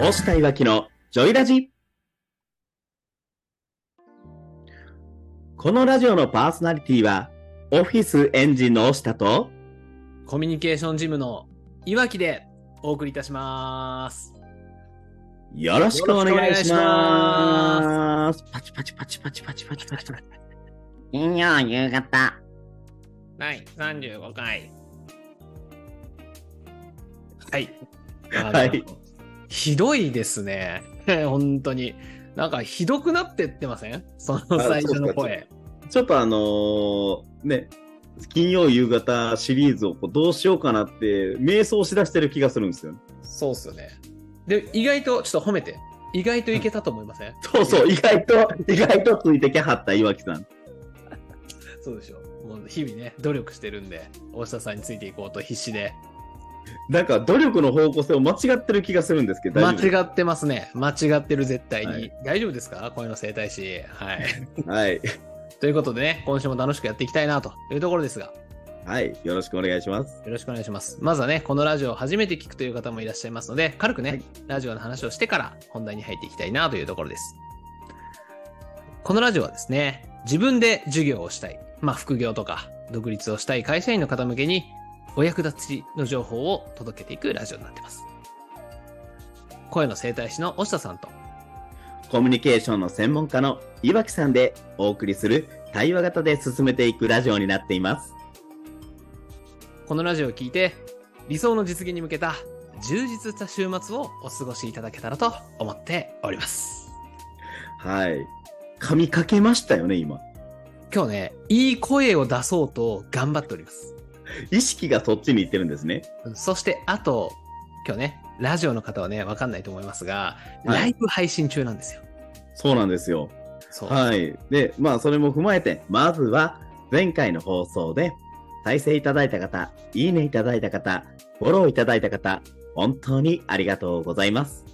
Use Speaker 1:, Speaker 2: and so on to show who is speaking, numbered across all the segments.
Speaker 1: 押したいわきのジョイラジこのラジオのパーソナリティはオフィスエンジンの押したと
Speaker 2: コミュニケーションジムのいわきでお送りいたします。
Speaker 1: よろしくお願いしますパチパチパチパチパチパチパチパチ金曜夕方
Speaker 2: 第35回。は
Speaker 1: は
Speaker 2: い。
Speaker 1: い
Speaker 2: あの。ひどいですね。 本当に。なんかひどくなってってませんその最初の声。
Speaker 1: ちょっとあのーね金曜夕方シリーズをこうどうしようかなって迷走しだしてる気がするんですよ
Speaker 2: そうっすよね。で、意外と、ちょっと褒めて。意外といけたと思いません
Speaker 1: そうそう意外と意外とついてきはった岩木さん
Speaker 2: そうでしょう。もう日々ね、努力してるんで、大下さんについていこうと必死で。
Speaker 1: なんか努力の方向性を間違ってる気がするんですけど、
Speaker 2: 間
Speaker 1: 大丈夫
Speaker 2: 違ってますね。間違ってる絶対に。
Speaker 1: はい
Speaker 2: 大丈夫ですか声の整体師。はい。
Speaker 1: はい。
Speaker 2: ということでね、今週も楽しくやっていきたいなというところですが、
Speaker 1: はい。よろしくお願いします。
Speaker 2: よろしくお願いします。まずはね、このラジオを初めて聞くという方もいらっしゃいますので、軽くね、
Speaker 1: はい
Speaker 2: ラジオの話をしてから本題に入っていきたいなというところです。このラジオはですね、自分で授業をしたい、まあ副業とか独立をしたい会社員の方向けに、お役立ちの情報を届けていくラジオになってます。声の整体師の押下さんと、
Speaker 1: コミュニケーションの専門家の岩木さんでお送りする対話型で進めていくラジオになっています。
Speaker 2: このラジオを聞いて理想の実現に向けた充実した週末をお過ごしいただけたらと思っております
Speaker 1: はい。噛みかけましたよね、今。
Speaker 2: 今日ねいい声を出そうと頑張っております
Speaker 1: 意識がそっちに行ってるんですね。
Speaker 2: うんそしてあと今日ねラジオの方はねわかんないと思いますが、
Speaker 1: はい
Speaker 2: ライブ配信中なんですよ
Speaker 1: そうなんですよ。
Speaker 2: そう、
Speaker 1: はい。で、まあ、それも踏まえて、まずは前回の放送で、再生いただいた方、いいねいただいた方、フォローいただいた方、本当にありがとうございます。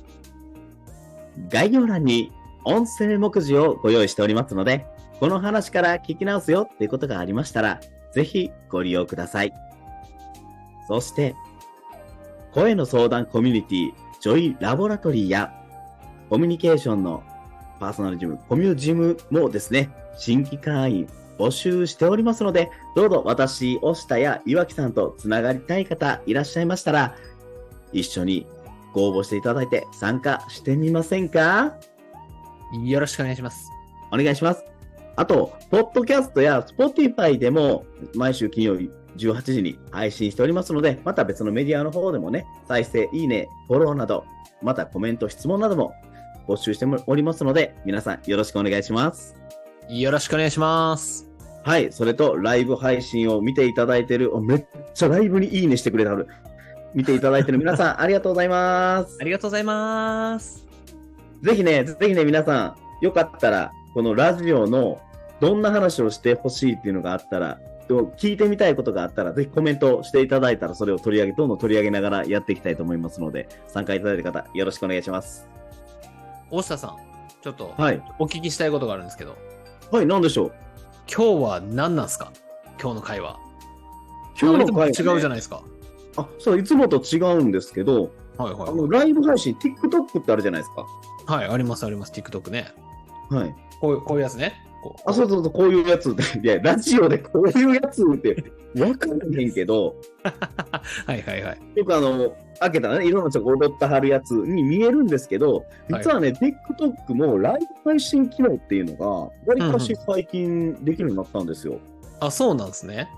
Speaker 1: 概要欄に音声目次をご用意しておりますので、この話から聞き直すよっていうことがありましたら、ぜひご利用ください。そして、声の相談コミュニティ、ジョイラボラトリーや、コミュニケーションのパーソナルジム、コミュジムもですね、新規会員募集しておりますので、どうぞ私、押下や岩木さんとつながりたい方いらっしゃいましたら、一緒にご応募していただいて参加してみませんか
Speaker 2: よろしくお願いします
Speaker 1: お願いします。あと、ポッドキャストや Spotify でも毎週金曜日18時に配信しておりますので、また別のメディアの方でもね、再生、いいね、フォローなど、またコメント、質問なども募集しておりますので、皆さんよろしくお願いします。
Speaker 2: よろしくお願いします
Speaker 1: はい、それとライブ配信を見ていただいてる、おめっちゃライブにいいねしてくれてはる。見ていただいてる皆さ ん、ありがとうございます
Speaker 2: あ。りがとうございます
Speaker 1: ぜひね、ぜひね、皆さん、よかったら、このラジオのどんな話をしてほしいっていうのがあったら、聞いてみたいことがあったら、ぜひコメントしていただいたら、それを取り上げ、どんどん取り上げながらやっていきたいと思いますので、参加いただいた方、よろしくお願いします。
Speaker 2: 大下さんちょっと
Speaker 1: はい。
Speaker 2: お聞きしたいことがあるんですけど
Speaker 1: はい、なんでしょう。
Speaker 2: 今日は何なんすか今日の会話
Speaker 1: 今日の回、
Speaker 2: いつも違うじ
Speaker 1: ない
Speaker 2: ゃないですか
Speaker 1: あ、そう、いつもと違うんですけど、
Speaker 2: はいはい
Speaker 1: あ
Speaker 2: はい
Speaker 1: の、ライブ配信、TikTok ってあるじゃないですか。
Speaker 2: はい、ありますあります、TikTok ね。
Speaker 1: はい。
Speaker 2: こういうこういうやつね。こ
Speaker 1: あ、そうそうそう、こういうやつ で、いや、ラジオでこういうやつって、わかんへんけど、
Speaker 2: はいはいはい。
Speaker 1: よくあの、開けたらね、いろんな人が踊ってはるやつに見えるんですけど、実はね、TikTok もライブ配信機能っていうのが、わりかし最近できるようになったんですよ。
Speaker 2: あ、そうなんですね。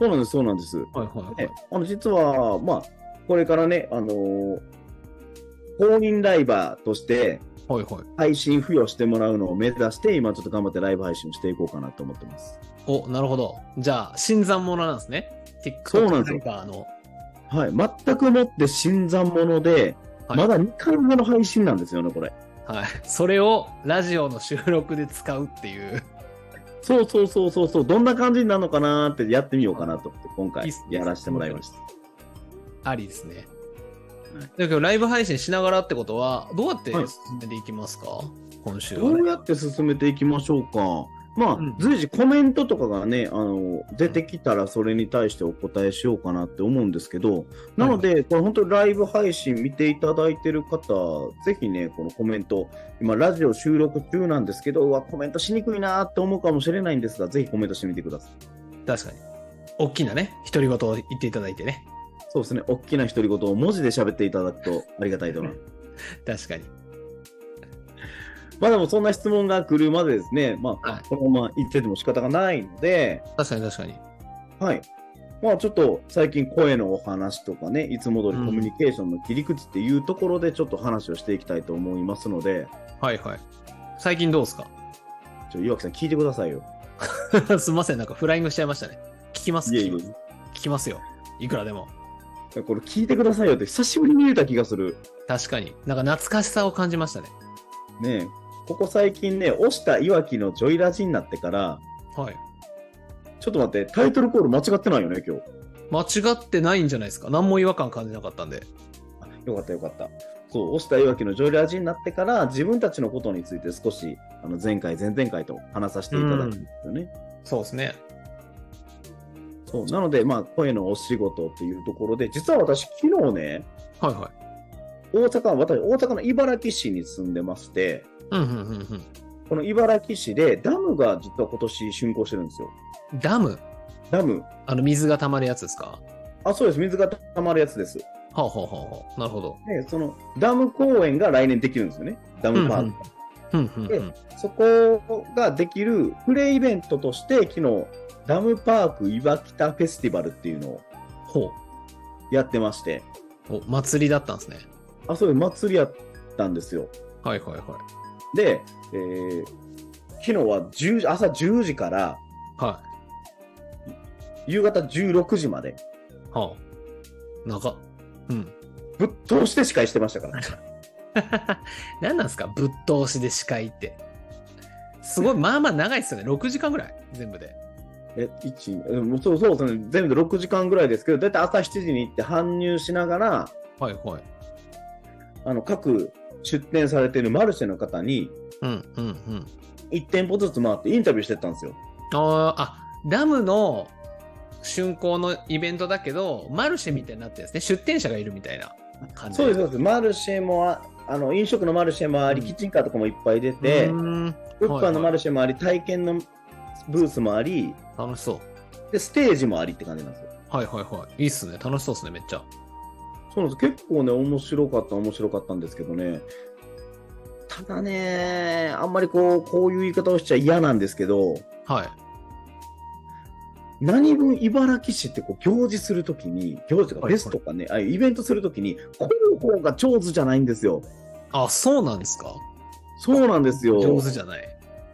Speaker 1: そうなんです、そうなんです。
Speaker 2: はいはい
Speaker 1: ね
Speaker 2: は、
Speaker 1: あの、実は、まあ、これからね、あのー公認ライバーとして
Speaker 2: い。はいはい。
Speaker 1: 配信付与してもらうのを目指して、今ちょっと頑張ってライブ配信をしていこうかなと思ってます。
Speaker 2: お、なるほど。じゃあ、新参者なんですね。TikTok
Speaker 1: そうなんですよ
Speaker 2: かあの、
Speaker 1: はい、全くもって新参者で、
Speaker 2: はい
Speaker 1: まだ2回目の配信なんですよね、これ。
Speaker 2: はい。それをラジオの収録で使うっていう。
Speaker 1: そうそうそうそうそう、どんな感じになるのかなーってやってみようかなと思って、今
Speaker 2: いい
Speaker 1: 回
Speaker 2: っすね
Speaker 1: やらせてもらいました。
Speaker 2: ありですね
Speaker 1: はい。
Speaker 2: だけど、ライブ配信しながらってことは、どうやって
Speaker 1: はい
Speaker 2: 進めていきますか、今週は
Speaker 1: ど
Speaker 2: ね、
Speaker 1: うやって進めていきましょうか。まあ
Speaker 2: うん、
Speaker 1: 随時コメントとかがね、あの、出てきたらそれに対してお答えしようかなって思うんですけど、なので、これ本当ライブ配信見ていただいてる方、ぜひね、このコメント、今ラジオ収録中なんですけど、うわ、コメントしにくいなーって思うかもしれないんですが、ぜひコメントしてみてください。
Speaker 2: 確かに。大きなね、独り言を言っていただいてね。
Speaker 1: そうですね、大きな独り言を文字で喋っていただくとありがたいと思います。
Speaker 2: 確かに。
Speaker 1: まあでもそんな質問が来るまでですね、ま
Speaker 2: は
Speaker 1: あ
Speaker 2: い、
Speaker 1: このまま言ってても仕方がないので、
Speaker 2: 確かに確かに。
Speaker 1: はい。まあちょっと最近声のお話とかね、いつも通りコミュニケーションの切り口っていうところでちょっと話をしていきたいと思いますので、
Speaker 2: はいはい。最近どうですか
Speaker 1: ちょ、岩木さん聞いてくださいよ。
Speaker 2: すいません、なんかフライングしちゃいましたね。聞きます
Speaker 1: いえいえ
Speaker 2: 聞きます聞きますよ。いくらでも。
Speaker 1: これ聞いてくださいよって久しぶりに言えた気がする。
Speaker 2: 確かに。なんか懐かしさを感じましたね。
Speaker 1: ねえここ最近ね、押した岩木のジョイラジになってから、
Speaker 2: はい。
Speaker 1: ちょっと待って、タイトルコール間違ってないよね、今日。
Speaker 2: 間違ってないんじゃないですか。何も違和感感じなかったんで。
Speaker 1: よかったよかった。そう、押したいわけのジョイラジになってから、自分たちのことについて少し、あの前回、前々回と話させていただいたんですよね。
Speaker 2: そうですね。
Speaker 1: そうなので、まあ、声のお仕事っていうところで、実は私、昨日ね、
Speaker 2: はいはい。
Speaker 1: 大阪、私、大阪の茨城市に住んでまして、
Speaker 2: うんうんうん
Speaker 1: この茨城市でダムが実は今年竣工してるんですよ。
Speaker 2: うん。ダム
Speaker 1: ダム。
Speaker 2: あの、水が溜まるやつですか
Speaker 1: あ、そうです。水が溜まるやつです。
Speaker 2: はあ、はあはあはあ、なるほど。
Speaker 1: で、そのダム公園が来年できるんですよね。ダムパーク。
Speaker 2: うんうんうんう
Speaker 1: で
Speaker 2: ん。
Speaker 1: そこができるプレイイベントとして、昨日、ダムパーク岩北フェスティバルっていうのを
Speaker 2: ほ
Speaker 1: やってまして、
Speaker 2: う。お、祭りだったんですね。
Speaker 1: あ、そういう祭りやったんですよ。
Speaker 2: はいはいはい。
Speaker 1: で、えー昨日は10時朝10時から
Speaker 2: は
Speaker 1: 夕方16時まで、
Speaker 2: い。はあ。長っ。うん。
Speaker 1: ぶっ通して司会してましたから。
Speaker 2: 何なんですかぶっ通しで司会って。すごい、まあまあ長いっすよね。6時間ぐらい全部で。
Speaker 1: え、一うんもうそうそうですね。全部で6時間ぐらいですけど、だいたい朝7時に行って搬入しながら、
Speaker 2: はいはい。
Speaker 1: あの、各出店されているマルシェの方に、
Speaker 2: うんうんうん。
Speaker 1: 1店舗ずつ回ってインタビューしてったんですよ。
Speaker 2: あーあ、ダムの竣工のイベントだけど、マルシェみたいになってるんですね。出店者がいるみたいな感じ
Speaker 1: そうです、そうです。マルシェもあ、あの、飲食のマルシェもあり、
Speaker 2: うん
Speaker 1: キッチンカーとかもいっぱい出
Speaker 2: で
Speaker 1: て、物販のマルシェもあり、体験のブースもあり、
Speaker 2: 楽しそう。
Speaker 1: で、ステージもありって感じなんですよ。
Speaker 2: はいはいはい。いいっすね。楽しそうっすね、めっちゃ。
Speaker 1: そうなんです。結構ね、面白かった、面白かったんですけどね。ただね、あんまりこう、こういう言い方をしちゃ嫌なんですけど、
Speaker 2: はい。
Speaker 1: 何分茨城市ってこう行事するときに、行事とか
Speaker 2: はい
Speaker 1: フェスとかね、ああいうイベントするときに、広報が上手じゃないんですよ。
Speaker 2: あ、そうなんですか
Speaker 1: そうなんですよ。
Speaker 2: 上手じゃない。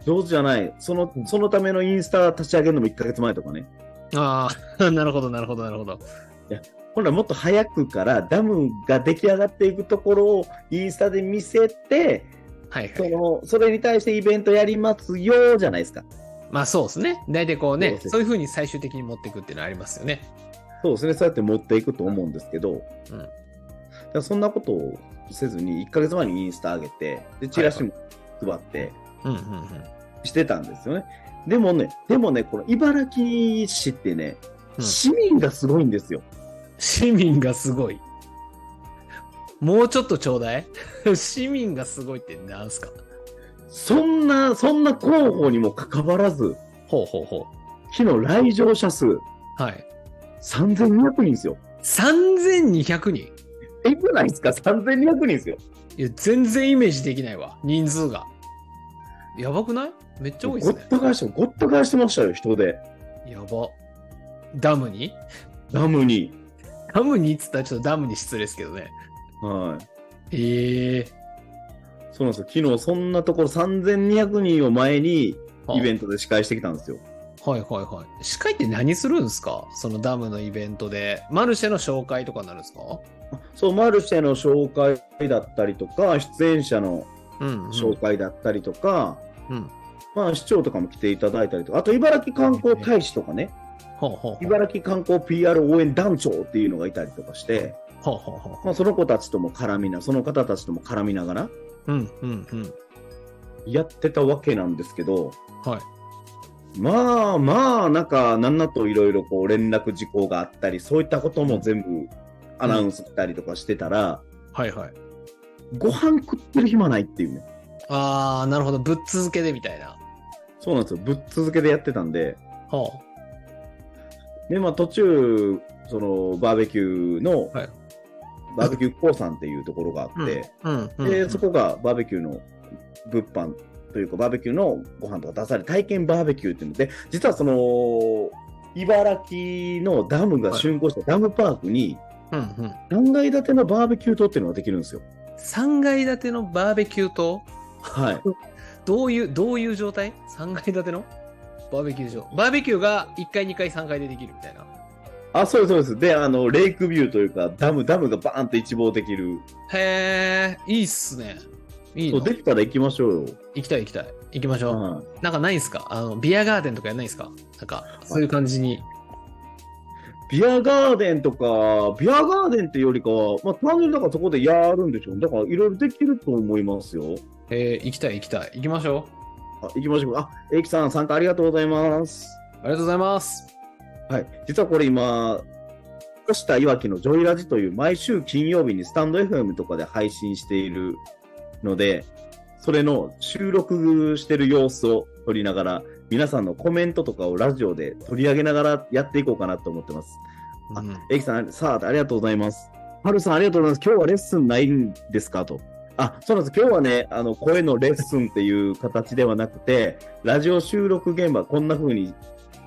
Speaker 1: 上手じゃない。その、そのためのインスタ立ち上げるのも1ヶ月前とかね。
Speaker 2: ああ、 なるほど、なるほど、なるほど。
Speaker 1: 本来もっと早くからダムが出来上がっていくところをインスタで見せて、
Speaker 2: はいは
Speaker 1: そ
Speaker 2: い。
Speaker 1: の、それに対してイベントやりますよ、じゃないですか。
Speaker 2: まあそうですね。大体こう
Speaker 1: そう
Speaker 2: ね
Speaker 1: で、す
Speaker 2: そういうふうに最終的に持っていくっていうのはありますよね。
Speaker 1: そうですね、そうやって持っていくと思うんですけど、
Speaker 2: うん
Speaker 1: だからそんなことをせずに、1ヶ月前にインスタ上げて、でチラシも配って
Speaker 2: うんうんうん。
Speaker 1: してたんですよね。でもね、でもね、この茨城市ってね、
Speaker 2: うん
Speaker 1: 市民がすごいんですよ。
Speaker 2: 市民がすごい。もうちょっとちょうだい 市民がすごいってなんすか
Speaker 1: そんな、そんな広報にもかかわらず、
Speaker 2: ほうほうほ
Speaker 1: 昨日来場者数
Speaker 2: う。はい。
Speaker 1: 3200人ですよ。
Speaker 2: 3200人
Speaker 1: えぐないですか ?3200 人ですよ。
Speaker 2: いや、全然イメージできないわ。人数が。やばくないめっちゃ多いで
Speaker 1: ご
Speaker 2: す
Speaker 1: っ
Speaker 2: ね。
Speaker 1: た返して、ごった返してましたよ、人で。
Speaker 2: やば。ダムに
Speaker 1: ダムに。
Speaker 2: ダムにっつったらちょっとダムに失礼ですけどね。
Speaker 1: はい。
Speaker 2: ええ
Speaker 1: そうなんですよ。昨日そんなところ3200人を前に
Speaker 2: はあ
Speaker 1: イベントで司会してきたんですよ。
Speaker 2: はいはいはい。司会って何するんですかそのダムのイベントで。マルシェの紹介とかになるんですか
Speaker 1: そう、マルシェの紹介だったりとか、出演者の
Speaker 2: うん、うん。
Speaker 1: 紹介だったりとか、
Speaker 2: うん。
Speaker 1: まあ市長とかも来ていただいたりとか、あと茨城観光大使とかね、
Speaker 2: ほうほうほう。
Speaker 1: 茨城観光 PR 応援団長っていうのがいたりとかして、
Speaker 2: ほうほうほうほ
Speaker 1: まあその子たちとも絡みな、その方たちとも絡みながら
Speaker 2: う。うんうんうん。
Speaker 1: やってたわけなんですけど、
Speaker 2: はい。
Speaker 1: まあまあ、なんか、なんなといろいろこう連絡事項があったり、そういったことも全部アナウンスしたりとかしてたら、
Speaker 2: はいはい。
Speaker 1: ご飯食ってる暇ないっていうね。
Speaker 2: ああ、なるほど。ぶっ続けでみたいな。
Speaker 1: そうなんですよ。ぶっ続けでやってたんで。
Speaker 2: は
Speaker 1: で、まあ途中、そのバーベキューの、
Speaker 2: はい
Speaker 1: バーベキューコーさんっていうところがあ
Speaker 2: あ。
Speaker 1: って、
Speaker 2: うん、うん。
Speaker 1: で、そこがバーベキューの物販というか、バーベキューのご飯とか出され、体験バーベキューっていうので、実はその、茨城のダムが竣工したダムパークに、
Speaker 2: うん、うん。
Speaker 1: 何階建てのバーベキュー棟っていうのができるんですよ。
Speaker 2: 3階建てのバーベキュー棟
Speaker 1: はい。
Speaker 2: どういう、どういう状態 ?3 階建てのバーベキュー場。バーベキューが1階、2階、3階でできるみたいな。
Speaker 1: あ、そうです、そうです。で、あの、レイクビューというか、ダム、ダムがバーンと一望できる。
Speaker 2: へえ、いいっすね。いい
Speaker 1: そ
Speaker 2: の
Speaker 1: うできたら行きましょうよ。
Speaker 2: 行きたい行きたい。行きましょう。
Speaker 1: はい
Speaker 2: なんかないんすかあの、ビアガーデンとかやんないんすかなんか、そういう感じに。
Speaker 1: ビアガーデンとか、ビアガーデンっていうよりかは、まあ、単純にだからそこでやるんでしょう。だからいろいろできると思いますよ。
Speaker 2: えー、行きたい行きたい。行きましょう。
Speaker 1: あ、行きましょう。あ、エイキさん参加ありがとうございます。
Speaker 2: ありがとうございます。
Speaker 1: はい。実はこれ今、越田いわきのジョイラジという毎週金曜日にスタンド FM とかで配信しているので、それの収録してる様子を撮りながら、皆さんのコメントとかをラジオで取り上げながらやっていこうかなと思ってます。あ
Speaker 2: うん
Speaker 1: エキさん、さあ、ありがとうございます。ハルさん、ありがとうございます。今日はレッスンないんですかと。あ、そうなんです。今日はね、あの、声のレッスンっていう形ではなくて、ラジオ収録現場、こんな風に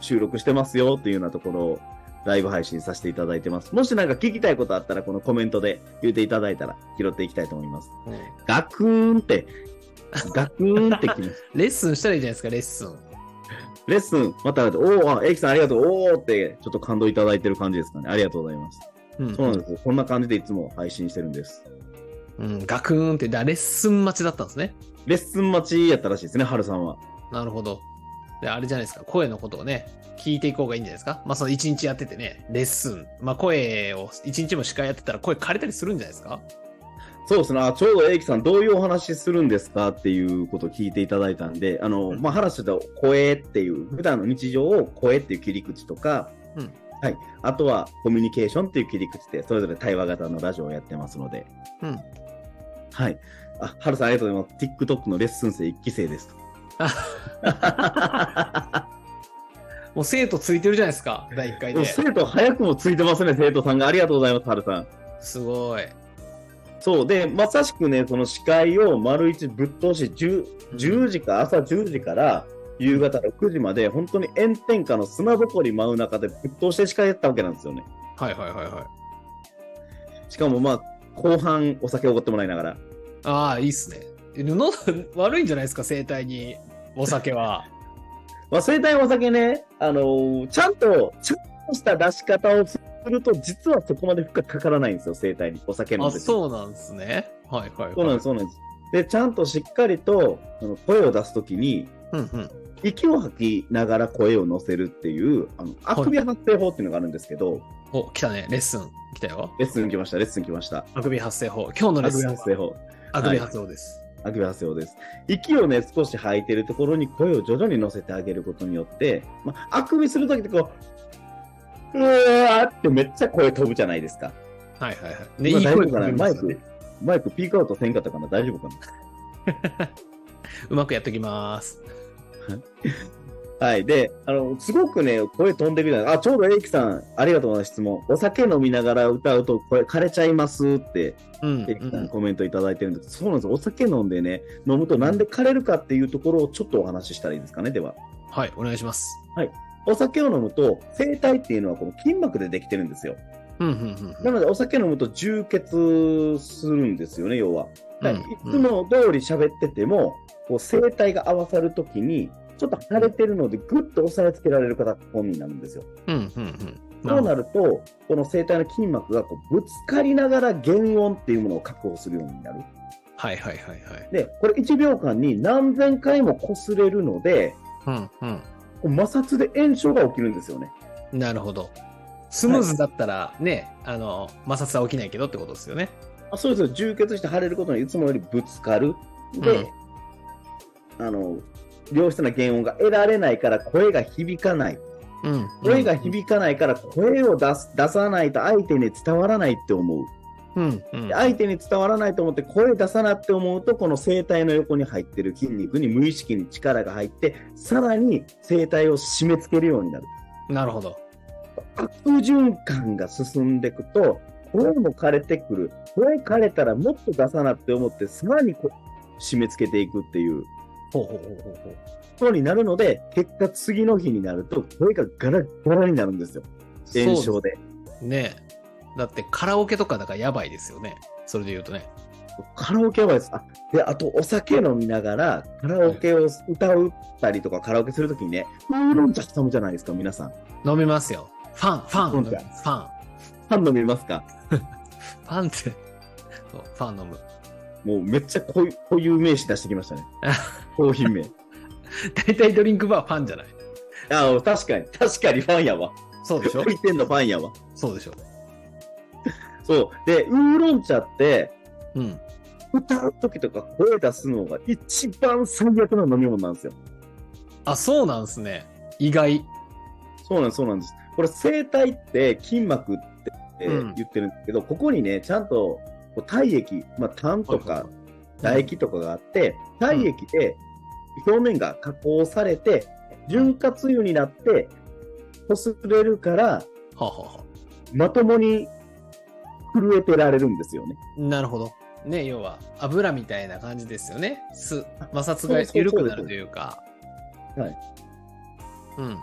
Speaker 1: 収録してますよっていうようなところをライブ配信させていただいてます。もしなんか聞きたいことあったら、このコメントで言っていただいたら拾っていきたいと思います。
Speaker 2: うん
Speaker 1: ガクーンって、ガクーンってきます。
Speaker 2: レッスンしたらいいじゃないですか、レッスン。
Speaker 1: レッスン、また、おーあ、エイキさんありがとう、おーって、ちょっと感動いただいてる感じですかね。ありがとうございます。
Speaker 2: うん
Speaker 1: そうなんですよ。こんな感じでいつも配信してるんです。
Speaker 2: うん、ガクーンって、だレッスン待ちだったんですね。
Speaker 1: レッスン待ちやったらしいですね、ハルさんは。
Speaker 2: なるほど。で、あれじゃないですか、声のことをね、聞いていこうがいいんじゃないですか。まあ、その一日やっててね、レッスン。まあ、声を、一日も司会やってたら声枯れたりするんじゃないですか。
Speaker 1: そうですね。あちょうどエイキさん、どういうお話するんですかっていうことを聞いていただいたんで、あの、
Speaker 2: うん
Speaker 1: まあ、話してた声っていう、普段の日常を声っていう切り口とか、
Speaker 2: うん
Speaker 1: はい。あとはコミュニケーションっていう切り口で、それぞれ対話型のラジオをやってますので、
Speaker 2: うん。
Speaker 1: はい。あ、ハルさんありがとうございます。TikTok のレッスン生1期生ですと。
Speaker 2: もう生徒ついてるじゃないですか、第1回
Speaker 1: でも
Speaker 2: で。
Speaker 1: 生徒早くもついてますね、生徒さんが。ありがとうございます、ハルさん。
Speaker 2: すごい。
Speaker 1: そうでまさしくねその司会を丸一ぶっ通し 10, 10時か朝10時から夕方6時まで本当に炎天下の砂ぼこり舞う中でぶっ通して司会やったわけなんですよね
Speaker 2: はいはいはいはい。
Speaker 1: しかもまあ後半お酒おごってもらいながら
Speaker 2: ああ、いいっすね。え喉悪いんじゃないですか、生体に。お酒は。
Speaker 1: まあ、生体お酒ね、あのーちゃんとちゃんとした出し方をすると実はそこまで負荷かからないんですよ生体にお酒飲ん
Speaker 2: あ、
Speaker 1: でて
Speaker 2: そうなんですね。はいはいはい。
Speaker 1: そうなんですそうなんですでちゃんとしっかりとあの声を出すときに
Speaker 2: うんうん。
Speaker 1: 息を吐きながら声を乗せるっていう、あの、あくび発声法っていうのがあるんですけど、
Speaker 2: お、来たね。レッスン。来たよ。
Speaker 1: レッスン来ました、レッスン来ました。
Speaker 2: あくび発声法。今日のレ
Speaker 1: あ
Speaker 2: ッ
Speaker 1: くび
Speaker 2: スン
Speaker 1: 発
Speaker 2: は。
Speaker 1: 声法。
Speaker 2: あくび発声法です。
Speaker 1: あくび発声法です。息をね、少し吐いてるところに声を徐々に乗せてあげることによって、まあ、あくびするときってこう、うわーってめっちゃ声飛ぶじゃないですか。
Speaker 2: はいはいはい。
Speaker 1: 今大丈夫か
Speaker 2: が
Speaker 1: な
Speaker 2: 出
Speaker 1: マ
Speaker 2: ま
Speaker 1: イ
Speaker 2: すよね
Speaker 1: ク、マイクピークアウトせんかったかな大丈夫かな
Speaker 2: うまくやってきます。
Speaker 1: はい。で、あの、すごくね、声飛んでくるじゃないあ、ちょうどエイキさん、ありがとうございます、質問。お酒飲みながら歌うと声枯れちゃいますって
Speaker 2: うん、
Speaker 1: エリックさ
Speaker 2: うんん。
Speaker 1: コメントいただいてるんですけど、そうなんですよ。お酒飲んでね、飲むとなんで枯れるかっていうところをちょっとお話ししたらいいですかね、では。
Speaker 2: はい、お願いします。
Speaker 1: お酒を飲むと、声帯っていうのはこの筋膜でできてるんですよ。
Speaker 2: うん、うん、うんう。
Speaker 1: なんので、お酒飲むと充血するんですよね、要は。だからい
Speaker 2: うん
Speaker 1: つも通り喋ってても、こう声帯が合わさるときに、ちょっと腫れてるので、ぐっと押さえつけられる形になるんですよ。
Speaker 2: うん、うん、うん。
Speaker 1: そう
Speaker 2: る
Speaker 1: なると、この声帯の筋膜がこうぶつかりながら原音っていうものを確保するようになる。
Speaker 2: はいはいはいはい。
Speaker 1: で、これ1秒間に何千回も擦れるので、
Speaker 2: うん、うん。
Speaker 1: こう摩擦で炎症が起きるんですよね。
Speaker 2: なるほど。スムーズだったらね、あの、摩擦は起きないけどってことですよね。
Speaker 1: あそうです充血して腫れることにいつもよりぶつかる。で、あの、良質な原音が得られないから声が響かない。
Speaker 2: うん。
Speaker 1: 声が響かないから声を出す出さないと相手に伝わらないって思う。
Speaker 2: うん。うん。
Speaker 1: で相手に伝わらないと思って声出さなって思うとこの声帯の横に入ってる筋肉に無意識に力が入ってさらに声帯を締め付けるようになる。
Speaker 2: なるほど。
Speaker 1: 悪循環が進んでいくと声も枯れてくる。声枯れたらもっと出さなって思ってさらにこう締め付けていくっていう。
Speaker 2: ほうほうほうほうほう。
Speaker 1: そうになるので、結果次の日になると、声がガラガラになるんですよ。炎症で。
Speaker 2: そうねだってカラオケとかだからやばいですよね。それで言うとね。
Speaker 1: カラオケはです。あ、で、あとお酒飲みながら、カラオケを歌うったりとか、カラオケするときにね、ウーロン茶飲むじゃないですか、皆さん。
Speaker 2: 飲みますよ。ファン、ファン、
Speaker 1: 飲
Speaker 2: 飲
Speaker 1: ん
Speaker 2: み
Speaker 1: じゃ
Speaker 2: ま
Speaker 1: う
Speaker 2: すファン。
Speaker 1: パン飲みますか
Speaker 2: ファンって、そうファン飲む。
Speaker 1: もうめっちゃこういうこういう名詞出してきました ね。商品名。
Speaker 2: 大体ドリンクバーファンじゃない。
Speaker 1: あ確かに、確かにファンやわ。
Speaker 2: そうでしょ
Speaker 1: 置いてんのファンやわ。
Speaker 2: そうでしょ
Speaker 1: そう。で、ウーロン茶って、
Speaker 2: うん。
Speaker 1: 歌うときとか声出すのが一番最悪な飲み物なんですよ。
Speaker 2: あ、そうなんすね。意外。
Speaker 1: そうなんです、そうなんです。これ、声帯って筋膜ってえー
Speaker 2: うん
Speaker 1: 言ってるんですけど、ここにね、ちゃんとこう体液、まあ、痰とか
Speaker 2: はいは
Speaker 1: 唾
Speaker 2: い
Speaker 1: 液とかがあって、体液で表面が加工されて、潤滑油になって、こすれるから、
Speaker 2: はあ、はあは
Speaker 1: まともに震えてられるんですよね。
Speaker 2: あ、なるほど。ね、要は油みたいな感じですよね。す摩擦
Speaker 1: そうそう
Speaker 2: が
Speaker 1: そう
Speaker 2: 緩くなるというか。
Speaker 1: はい。
Speaker 2: うん。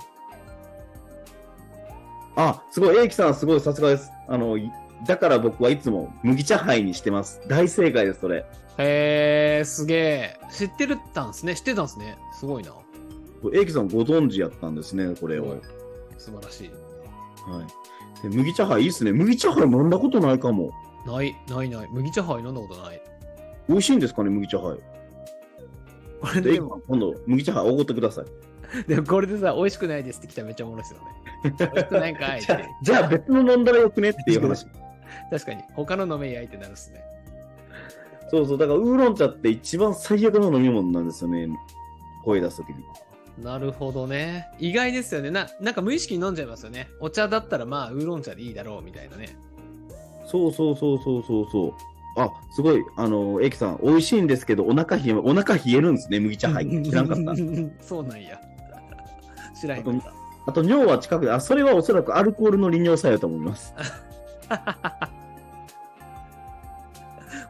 Speaker 1: あ、すごい、英樹さん、すごい、さすがです。あの、いだから僕はいつも麦茶杯にしてます。大正解です、それ。
Speaker 2: へえ、すげえ。知ってるったんですね。知ってたんですね。すごいな。
Speaker 1: 英樹さんご存知やったんですね、これを。
Speaker 2: 素晴らしい。
Speaker 1: はい。で麦茶杯いいっすね。麦茶杯飲んだことないかも。
Speaker 2: ない、ない、ない。麦茶杯飲んだことない。
Speaker 1: 美味しいんですかね、麦茶杯。
Speaker 2: これ
Speaker 1: で、
Speaker 2: で
Speaker 1: 今
Speaker 2: も、
Speaker 1: 今度、麦茶杯おごってください。
Speaker 2: でもこれでさ、美味しくないですって来たらめっちゃおもろいですよね。美味しくないん かいっ
Speaker 1: じゃあ
Speaker 2: て。、
Speaker 1: じゃあ別の飲んだらよくねっていう 話。
Speaker 2: 確かに。他の飲めやいってなるっすね。
Speaker 1: そうそう、だからウーロン茶って一番最悪の飲み物なんですよね。声出すときに。
Speaker 2: なるほどね。意外ですよね。な、なんか無意識に飲んじゃいますよね。お茶だったらまあ、ウーロン茶でいいだろうみたいなね。
Speaker 1: そうそうそうそうそうそう。あ、すごい、あの、エキさん、美味しいんですけど、お腹冷え、お腹冷えるんですね、麦茶杯。知らんかった。
Speaker 2: た。 そうなんや。知らんかった。
Speaker 1: あと、尿は近くで、あ、それはおそらくアルコールの利尿作用と思います。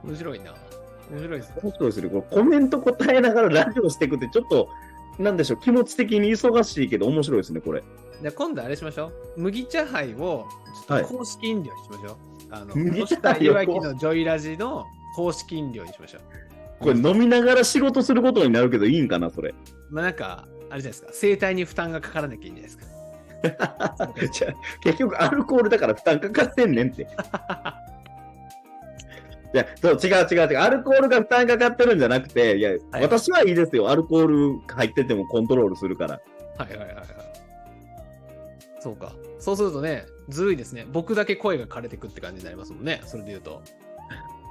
Speaker 2: 面白いな。面白いですね。
Speaker 1: 面白いですね。これコメント答えながらラジオしていくって、ちょっと、なんでしょう、気持ち的に忙しいけど面白いですね、これ。
Speaker 2: じゃあ今度あれしましょう。麦茶杯をちょっと公式飲料にしましょう。あの、
Speaker 1: 麦
Speaker 2: 麦
Speaker 1: 茶
Speaker 2: 茶
Speaker 1: 杯を
Speaker 2: 杯いわきのジョイラジの公式飲料にしましょう。
Speaker 1: これ飲みながら仕事することになるけどいいんかな、それ。
Speaker 2: まあなんか、あれじゃないですか。生体に負担がかからなきゃいいんじゃないですか。
Speaker 1: じゃあ結局アルコールだから負担かかってんね んって。いや、そう、違う違う違う。アルコールが負担かかってるんじゃなくて、いや、
Speaker 2: はい
Speaker 1: 私はいいですよ。アルコール入っててもコントロールするから。
Speaker 2: はいはいはいはい。そうか。そうするとね、ずるいですね。僕だけ声が枯れてくって感じになりますもんね。それで言うと。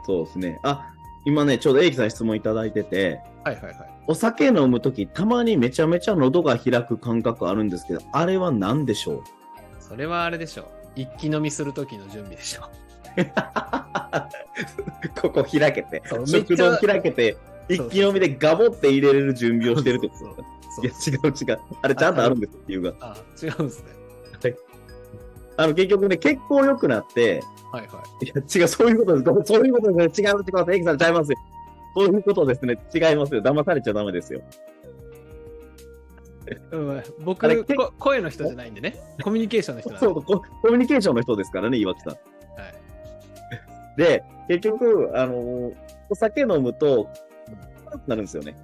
Speaker 1: そうですね。あ、今ね、ちょうどエイキさん質問いただいてて、
Speaker 2: はいはいはい。
Speaker 1: お酒飲むとき、たまにめちゃめちゃ喉が開く感覚あるんですけど、あれは何でしょう
Speaker 2: それはあれでしょう。一気飲みする時の準備でしょ
Speaker 1: ここ開けて
Speaker 2: そう、
Speaker 1: 食
Speaker 2: め
Speaker 1: 堂
Speaker 2: っちゃ
Speaker 1: 開けて、
Speaker 2: そ
Speaker 1: 一
Speaker 2: う
Speaker 1: 気飲みでガボって入れれる準備をしてるってこと
Speaker 2: そうそう
Speaker 1: いや、違う違う。あれ、ちゃんとあるんですっていうが。
Speaker 2: あ、違うんですね。
Speaker 1: あの、結局ね、結構良くなって、
Speaker 2: はいはい。
Speaker 1: いや、違う、そういうことです。そういうことです。違う、違う、エキさん、ちゃいますよ。そういうことですね。違いますよ。騙されちゃダメですよ。
Speaker 2: うん、
Speaker 1: あれ
Speaker 2: 僕こ声の人じゃないんでね。コミュニケーションの人なんで。
Speaker 1: そうコ、コミュニケーションの人ですからね、岩木さん。
Speaker 2: はい
Speaker 1: で、結局、あの、お酒飲むと、なるんですよね。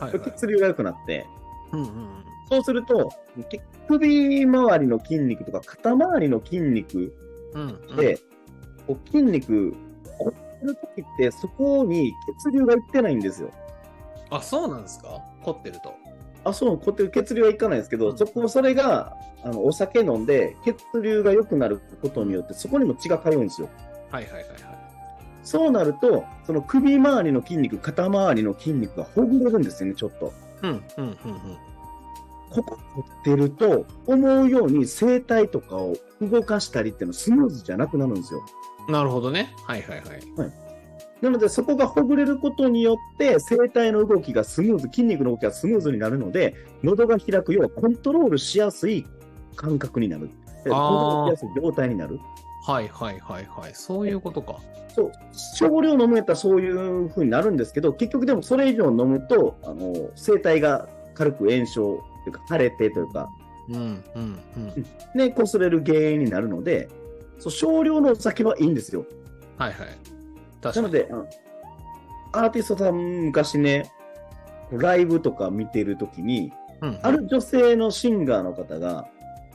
Speaker 2: はいはい。
Speaker 1: 血流が良くなって。
Speaker 2: うんうんうん。
Speaker 1: そうすると、け首周りの筋肉とか肩周りの筋肉
Speaker 2: うん
Speaker 1: で、こう筋肉、こってる時ってそこに血流がいってないんですよ。
Speaker 2: あ、そうなんですか凝ってると。
Speaker 1: あ、そう、こってる血流はいかないんですけど、
Speaker 2: うん
Speaker 1: そこ、それが、あの、お酒飲んで、血流が良くなることによって、そこにも血が通うんですよ。
Speaker 2: はいはいはいはい。
Speaker 1: そうなると、その首周りの筋肉、肩周りの筋肉がほぐれるんですよね、ちょっと。
Speaker 2: うん、うん、うん、うん。
Speaker 1: ここ凝ってると、思うように声帯とかを動かしたりっていうのはスムーズじゃなくなるんですよ。
Speaker 2: なるほどね。はいはいはい。
Speaker 1: なので、そこがほぐれることによって、声帯の動きがスムーズ、筋肉の動きがスムーズになるので、喉が開く、要はコントロールしやすい感覚になる。コントロールしやすい状態になる。
Speaker 2: はいはいはいはい。そういうことか。
Speaker 1: そう少量飲むやったらそういう風になるんですけど、結局でもそれ以上飲むと、あの声帯が軽く炎症というか、腫れてというか、
Speaker 2: うんうんうん。
Speaker 1: ね、擦れる原因になるので、そう少量のお酒はいいんですよ。
Speaker 2: はいはい。確か
Speaker 1: な
Speaker 2: に。
Speaker 1: ので、あのアーティストさん昔ね、ライブとか見てるときに、
Speaker 2: うん、
Speaker 1: ある女性のシンガーの方が、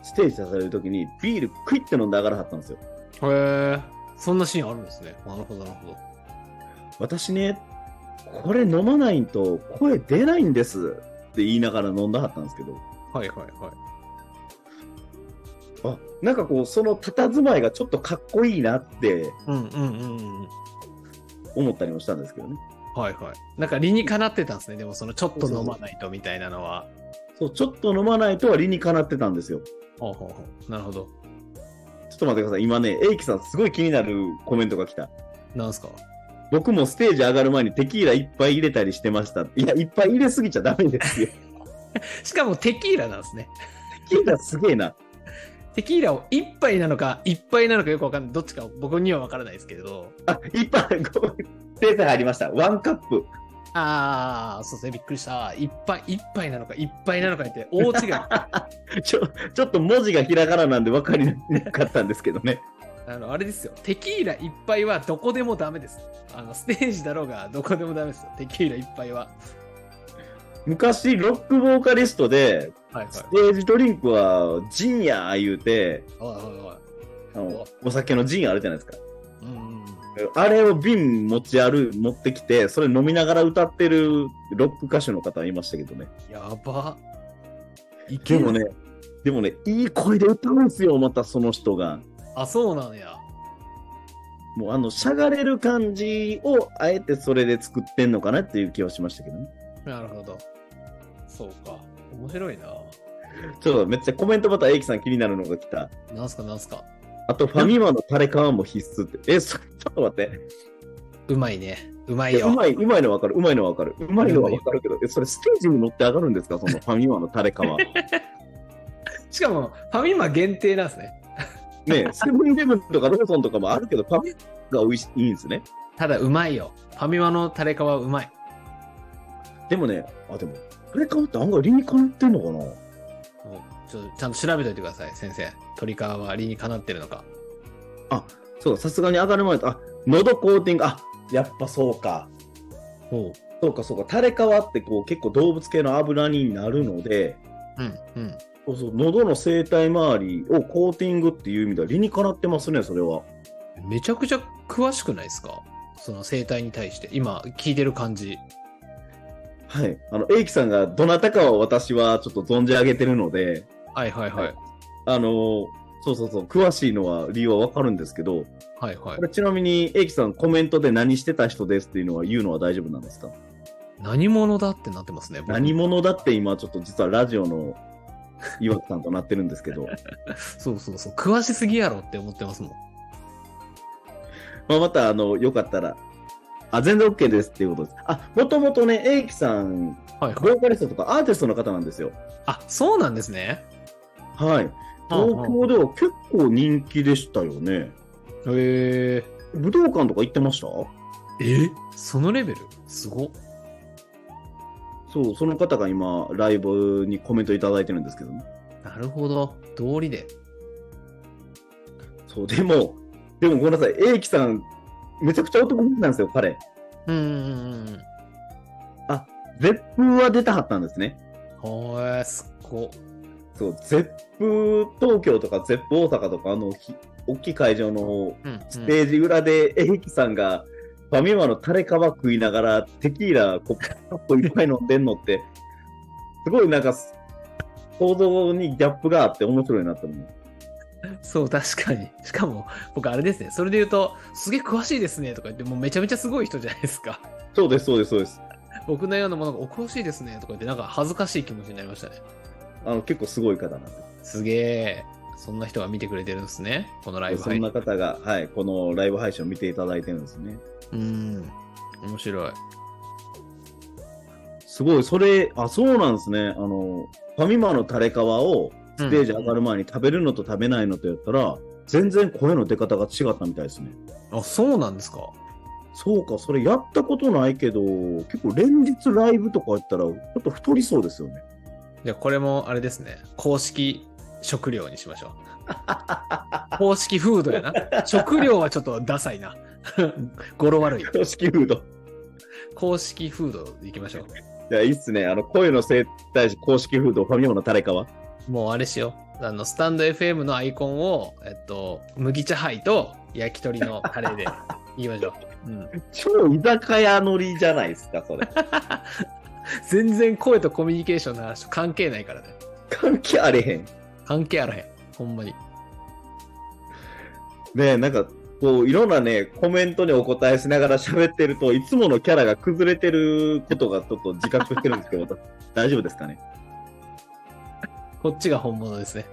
Speaker 1: ステージされるときに、ビールクイッて飲んで上がらはったんですよ。
Speaker 2: へえ。そんなシーンあるんですね。なるほどなるほど。
Speaker 1: 私ね、これ飲まないと声出ないんですって言いながら飲んだはったんですけど、
Speaker 2: はいはいはい。
Speaker 1: あ、なんかこう、その佇まいがちょっとかっこいいなって
Speaker 2: うんうんうんうん。
Speaker 1: 思ったりもしたんですけどね。
Speaker 2: はいはい。なんか理にかなってたんですね。でもそのちょっと飲まないとみたいなのは。
Speaker 1: そう、ちょっと飲まないとは理にかなってたんですよ。
Speaker 2: ほうほうほう。なるほど。
Speaker 1: ちょっと待ってください。今ね、エイキさんすごい気になるコメントが来た。
Speaker 2: なんすか
Speaker 1: 僕もステージ上がる前にテキーラいっぱい入れたりしてました。いや、いっぱい入れすぎちゃダメですよ。
Speaker 2: しかもテキーラなんですね。
Speaker 1: テキーラすげえな。
Speaker 2: テキーラを一杯なのか、いっぱいなのかよくわかんない。どっちか僕にはわからないですけれど。
Speaker 1: あ、いっぱい、ごめん。ペース入りました。ワンカップ。
Speaker 2: ああ、そうですね。びっくりした。いっぱい、いっぱいなのか、いっぱいなのかって大違い。
Speaker 1: ちょ、ちょっと文字がひらがななんで分かりにくかったんですけどね。
Speaker 2: あの、あれですよ。テキーラ一杯はどこでもダメです。あの、ステージだろうが、どこでもダメですよ。テキーラ一杯は。
Speaker 1: 昔、ロックボーカリストで、
Speaker 2: はいはい。
Speaker 1: ステージドリンクはジンや言うて、
Speaker 2: おいおいおい。
Speaker 1: あのお酒のジンあるじゃないですか。
Speaker 2: うん。
Speaker 1: あれを瓶持ち歩い、持ってきて、それ飲みながら歌ってるロック歌手の方いましたけどね。
Speaker 2: やば。い
Speaker 1: でも。ね、でもね、いい声で歌うんですよ、またその人が。
Speaker 2: あ、そうなんや。
Speaker 1: もうあの、しゃがれる感じを、あえてそれで作ってんのかなっていう気はしましたけどね。
Speaker 2: なるほど。そうか。面白いな。
Speaker 1: ちょっとめっちゃコメントまたエイキさん気になるのが来た。
Speaker 2: なんすかなんすか。
Speaker 1: あと、ファミマのタレカワも必須って。え、そちょっと待って。
Speaker 2: うまいね。うまい
Speaker 1: いやう
Speaker 2: よ。
Speaker 1: まい、うまいのわかる、うまいのわかる。うまいのはわかるけど、え、それステージに乗って上がるんですかそのファミマのタレ カワ。ね
Speaker 2: しかも、ファミマ限定なんですね。
Speaker 1: えセブンイレブンとかローソンとかもあるけど、ファミマが美味しいいいんですね。
Speaker 2: ただ、うまいよ。ファミマのタレカはうまい。
Speaker 1: でもね、あ、でも、タレカワって案外理にかなってんのかな
Speaker 2: もうちょっとちゃんと調べといてください、先生。鳥皮は理にかなってるのか。
Speaker 1: そう、さすがに上がる前と、あ、喉コーティング、あ、やっぱそうか。
Speaker 2: おう。
Speaker 1: そうか、そうか。タレカワってこう結構動物系の油になるので、
Speaker 2: うん、うん。
Speaker 1: そうそう、喉の生体周りをコーティングっていう意味では理にかなってますね、それは。
Speaker 2: めちゃくちゃ詳しくないですかその生態に対して。今、聞いてる感じ。
Speaker 1: はい。あの、エイキさんがどなたかは私はちょっと存じ上げてるので、
Speaker 2: はいはいは
Speaker 1: はいい。あのーそうそうそう、詳しいのは理由はわかるんですけど、
Speaker 2: はいはい
Speaker 1: こ。れちなみに、エイキさんコメントで何してた人ですっていうのは言うのは大丈夫なんですか
Speaker 2: 何者だってなってますね。僕
Speaker 1: 何者だって今ちょっと実はラジオの岩木さんとなってるんですけど、
Speaker 2: そうそうそう。詳しすぎやろって思ってますもん。
Speaker 1: まあまたあの、よかったら、あ、全然 OK ですっていうことです。あ、もともとね、エイキさん、
Speaker 2: はい
Speaker 1: ボ
Speaker 2: はい。
Speaker 1: ーカリストとかアーティストの方なんですよ。
Speaker 2: あ、そうなんですね。
Speaker 1: はい。東京では結構人気でしたよね。
Speaker 2: へ
Speaker 1: 武道館とか行ってました
Speaker 2: え。えそのレベルすごっ。
Speaker 1: そう、その方が今、ライブにコメントいただいてるんですけどね。
Speaker 2: なるほど。道理で。
Speaker 1: そう、でも、でもごめんなさい、英樹さん、めちゃくちゃ男気なんですよ、彼。
Speaker 2: うんうんうん
Speaker 1: 絶風は出たはったんですね。
Speaker 2: うん。はーい、すっごっ。
Speaker 1: そう、絶風東京とか絶風大阪とか、あの、ひ大きい会場の
Speaker 2: うん、うん
Speaker 1: ステージ裏で、英樹さんが、ファミマのタレカバ食いながら、テキーラ、こう、カップいっぱい飲んでんのって、 すごいなんか、想像にギャップがあって面白いなって思う。
Speaker 2: そう、確かに。しかも、僕、あれですね。それで言うと、すげえ詳しいですねとか言って、もうめちゃめちゃすごい人じゃないですか。
Speaker 1: そうです、そうです、そうです。
Speaker 2: 僕のようなものがお詳しいですねとか言って、なんか恥ずかしい気持ちになりましたね。
Speaker 1: あの結構すごい方なんです
Speaker 2: げえ。そんな人が見てくれてるんですね。このライ
Speaker 1: す。
Speaker 2: ブ
Speaker 1: そ
Speaker 2: 配
Speaker 1: ん
Speaker 2: 信。
Speaker 1: な方が、はい、このライブ配信を見ていただいてるんですね。
Speaker 2: うん。面白い。
Speaker 1: すごい、それ、あ、そうなんですね。あの、ファミマの垂れ革をステージ上がる前に食べるのと食べないのとやったら、全然声の出方が違ったみたいですね。
Speaker 2: あ、そうなんですか。
Speaker 1: そうか、それやったことないけど、結構連日ライブとかやったら、ちょっと太りそうですよね。
Speaker 2: じゃあこれもあれですね。公式食料にしましょ う。公式フードやな。食料はちょっとダサいな。語呂悪い。
Speaker 1: 公式フード。
Speaker 2: 公式フードいきましょう。
Speaker 1: いや、いいっすね。あの、声の生態師公式フード、ファミマの垂れ革。
Speaker 2: もうあれしよう。あの、スタンド FM のアイコンを、えっと、麦茶杯と焼き鳥のタレで言いましょう。うん。
Speaker 1: 超居酒屋乗りじゃないですか、そ れ。
Speaker 2: 全然声とコミュニケーションの話と関係ないからね。
Speaker 1: 関係あれへん。
Speaker 2: 関係あらへん。ほんまに。
Speaker 1: ねえ、なんか、こう、いろんなね、コメントにお答えしながら喋ってると、いつものキャラが崩れてることがちょっと自覚してるんですけど、 大丈夫ですかね
Speaker 2: こっちが本物ですね。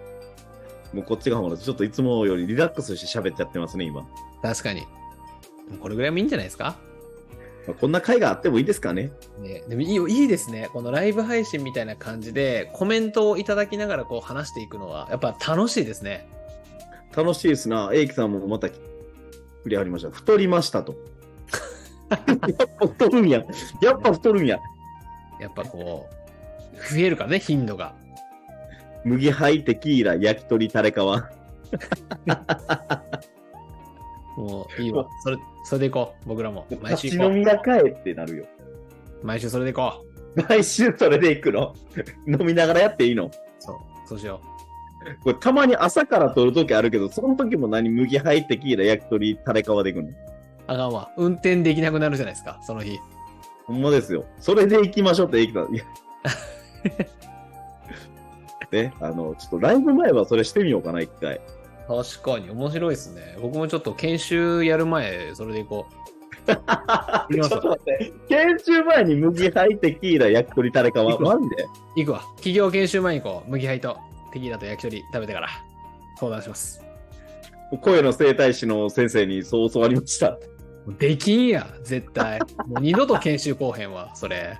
Speaker 1: もうこっちがほら、ちょっといつもよりリラックスして喋っちゃってますね、今。ま
Speaker 2: 確かに。これぐらいもいいんじゃないですか
Speaker 1: あこんな回があってもいいですかね
Speaker 2: ね、でもいいよいいですね。このライブ配信みたいな感じで、コメントをいただきながらこう話していくのは、やっぱ楽しいですね。
Speaker 1: 楽しいですな。エイキさんもまた、振りありました。太りました と。やっぱ太るんや。やっぱ太るんや。
Speaker 2: やっぱこう、増えるからね、頻度が。
Speaker 1: 麦灰テキーラ、焼き鳥、タレ皮。
Speaker 2: もういいわ。それ、それでいこう。僕らも。毎週
Speaker 1: 立ち
Speaker 2: 行こ
Speaker 1: 飲みが帰ってなるよ。
Speaker 2: う。毎週それでいこう。
Speaker 1: 毎週それで行くの飲みながらやっていいの
Speaker 2: そう。そうしよう。
Speaker 1: これたまに朝から撮るときあるけど、その時も何麦入ってキーラ焼き鳥タレ皮でいくの
Speaker 2: あかんわ。運転できなくなるじゃないですか、その日。
Speaker 1: ほんまですよ。それで行きましょうって言ってた。いや ね、あの、ちょっとライブ前はそれしてみようかな、一回。
Speaker 2: 確かに。面白いですね。僕もちょっと研修やる前、それでいこう。 きまし
Speaker 1: ちょ
Speaker 2: ょう
Speaker 1: っと待って。研修前に麦入ってキーラ焼き鳥タレ皮。
Speaker 2: 行く
Speaker 1: マジで
Speaker 2: 行くわ。企業研修前にこう、麦灰とテキーラと焼き鳥食べてから、相談します。
Speaker 1: 声の整体師の先生にそう教わりました。
Speaker 2: できんや、絶 対。もう二度と研修後編は、それ。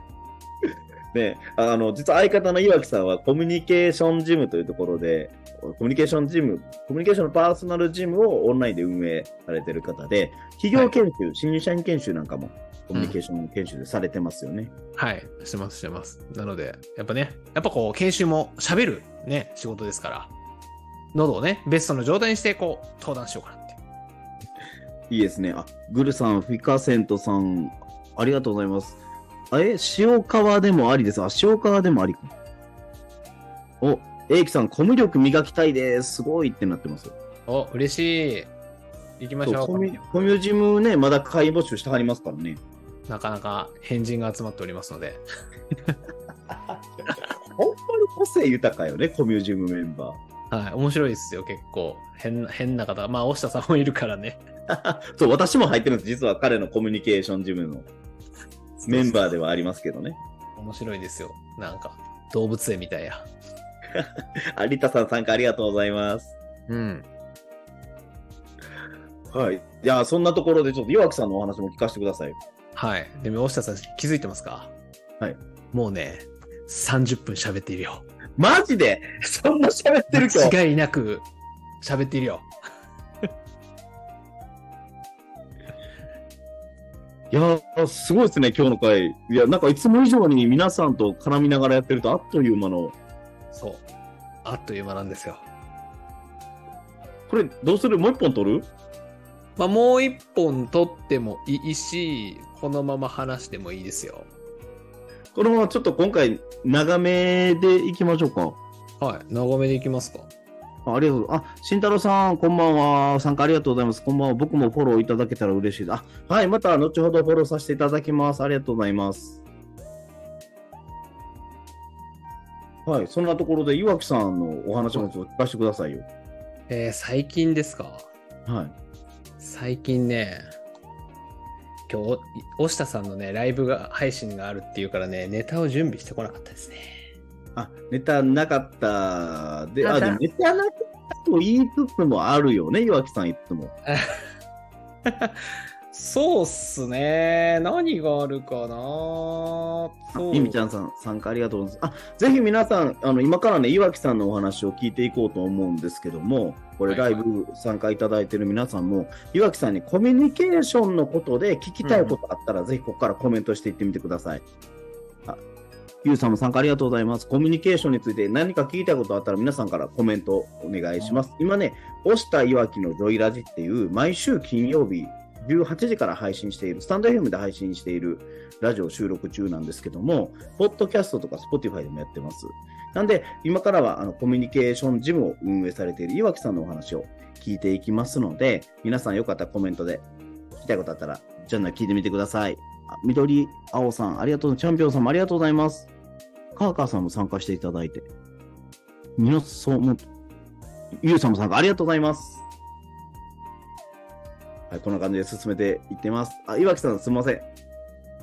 Speaker 1: ね、あの実は相方の岩木さんはコミュニケーションジムというところでコミュニケーションジムコミュニケーションのパーソナルジムをオンラインで運営されてる方で企業研修、新入社員研修なんかもコミュニケーション研修でされてますよね、
Speaker 2: はい、してます、してます。なので、やっぱね、やっぱこう、研修も喋るね、仕事ですから、喉をね、ベストの状態にして、こう、登壇しようかなって。
Speaker 1: いいですねあグルさんフィカセントさんありがとうございますあえ塩川でもありですあ塩川でもありかお英樹さんコミュ力磨きたいですすごいってなってます
Speaker 2: お、嬉しい。行きまし
Speaker 1: そ
Speaker 2: ょ
Speaker 1: う
Speaker 2: う
Speaker 1: コミ
Speaker 2: 神
Speaker 1: コミュジムねまだ会募集してはりますからね
Speaker 2: 々。なかなか変人が集まっておりますので。
Speaker 1: ほんまに個性豊かよね、コミュジムメンバ
Speaker 2: はい、面白いですよ、結構。変な、変な方。まあ、押下さんもいるからね。
Speaker 1: ー。そう、私も入ってるんです。実は彼のコミュニケーションジムのメンバーではありますけどね。
Speaker 2: 面白いですよ。なんか、動物園みたいや。
Speaker 1: 有田さん参加ありがとうございます。
Speaker 2: うん。
Speaker 1: はい。じゃあ、そんなところでちょっと岩木さんのお話も聞かせてください。
Speaker 2: はい。でも、押下さん気づいてますか
Speaker 1: はい。
Speaker 2: もうね、30分喋っているよ。
Speaker 1: マジでそんな喋ってる今日
Speaker 2: 間違いなく喋っているよ。
Speaker 1: いやー、すごいですね、今日の回。いや、なんかいつも以上に皆さんと絡みながらやってると、あっという間の。
Speaker 2: そう。あっという間なんですよ。
Speaker 1: これ、どうするもう一本取る
Speaker 2: まあ、もう一本取ってもいいし、このまま話してもいいですよ。
Speaker 1: このままちょっと今回、長めでいきましょうか。
Speaker 2: はい。長めでいきますか。
Speaker 1: あありがとう。あ、慎太郎さん、こんばんは。参加ありがとうございます。こんばんは。僕もフォローいただけたら嬉しいです。あ、はい。また後ほどフォローさせていただきます。ありがとうございます。はい。そんなところで、岩木さんのお話もちょっと聞かせてくださいよ。
Speaker 2: えー最近ですか
Speaker 1: はい。
Speaker 2: 最近ね、今日、お押下さんのね、ライブが、配信があるっていうからね、ネタを準備してこなかったですね。
Speaker 1: あ、ネタなかった。で、あ、
Speaker 2: ただ
Speaker 1: でもネタなかったと言いつつもあるよね、岩木さんいつも。
Speaker 2: そうっすね。何があるかなそう
Speaker 1: ゆみちゃんさん、参加ありがとうございます。あ、ぜひ皆さん、あの、今からね、岩木さんのお話を聞いていこうと思うんですけども、これ、
Speaker 2: は
Speaker 1: ラ
Speaker 2: い
Speaker 1: イブ参加いただいてる皆さんも、岩木さんにコミュニケーションのことで聞きたいことあったら、ぜひここからコメントしていってみてください。あ、ゆうさんも参加ありがとうございます。コミュニケーションについて何か聞いたことあったら、皆さんからコメントお願いします。今ね、押したいわきのジョイラジっていう、毎週金曜日、18時から配信している、スタンド FM で配信しているラジオ収録中なんですけども、ポッドキャストとか Spotify でもやってます。なんで、今からはあのコミュニケーションジムを運営されている岩木さんのお話を聞いていきますので、皆さんよかったらコメントで聞きたいことあったら、じゃんな聞いてみてください。あ緑青さん、ありがとう、チャンピオンさんもありがとうございます。カーカーさんも参加していただいて。みのそうも、ゆうさんも参加ありがとうございます。はい、こんな感じで進めていってます。あ、岩木さん、すみません。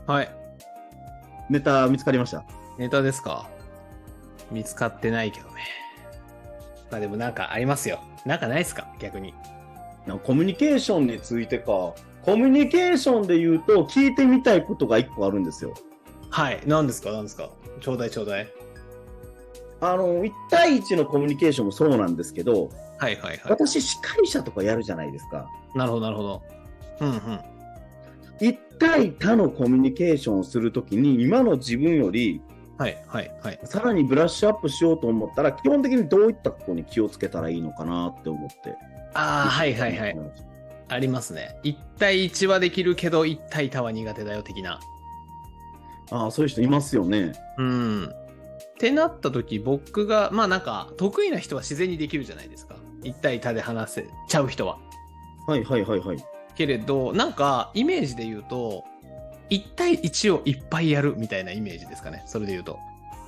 Speaker 2: はい。
Speaker 1: ネタ見つかりました。
Speaker 2: ネタですか見つかってないけどね。まあでもなんかありますよ。なんかないっすか逆に。
Speaker 1: なんかコミュニケーションについてか、コミュニケーションで言うと、聞いてみたいことが一個あるんですよ。
Speaker 2: はい。何ですか何ですかちょうだいちょうだい。
Speaker 1: あの、1対1のコミュニケーションもそうなんですけど、
Speaker 2: はいはいはい。
Speaker 1: 私、司会者とかやるじゃないですか。
Speaker 2: なるほどなるほど。うんうん。
Speaker 1: 1対他のコミュニケーションをするときに、今の自分より、
Speaker 2: はいはいはい。
Speaker 1: さらにブラッシュアップしようと思ったら、基本的にどういったことに気をつけたらいいのかなって思って。
Speaker 2: ああ、はいはいはい。。ありますね。1対1はできるけど、1対他は苦手だよ、的な。
Speaker 1: ああ、そういう人いますよね。
Speaker 2: うん。ってなった時、僕が、まあなんか、得意な人は自然にできるじゃないですか。1対他で話せちゃう人は。
Speaker 1: はいはいはいはい。
Speaker 2: けれど、なんか、イメージで言うと、1対1をいっぱいやるみたいなイメージですかね。それで言うと。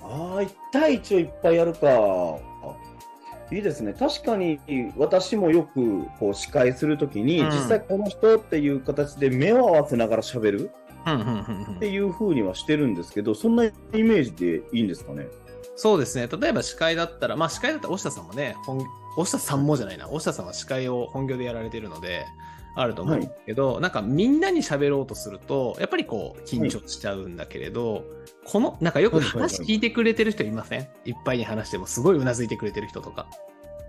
Speaker 1: ああ、1対1をいっぱいやるか。あいいですね。確かに私もよくこう司会するときに、
Speaker 2: うん
Speaker 1: 実際この人っていう形で目を合わせながら喋る
Speaker 2: うんうんうん
Speaker 1: っ
Speaker 2: う
Speaker 1: て
Speaker 2: ん。
Speaker 1: いう風にはしてるんですけど、そんなイメージでいいんですかね。
Speaker 2: そうですね。例えば司会だったら、まあ司会だったら、押下さんもね、本押下さんもじゃないな。押下さんは司会を本業でやられてるので、あると思う
Speaker 1: は
Speaker 2: んですけど
Speaker 1: い。
Speaker 2: けどなんかみんなに喋ろうとするとやっぱりこう緊張しちゃうんだけれど、このなんかよく
Speaker 1: はいはいはい
Speaker 2: 話聞いてくれてる人いません、いっぱいに話してもすごいうなずいてくれてる人とか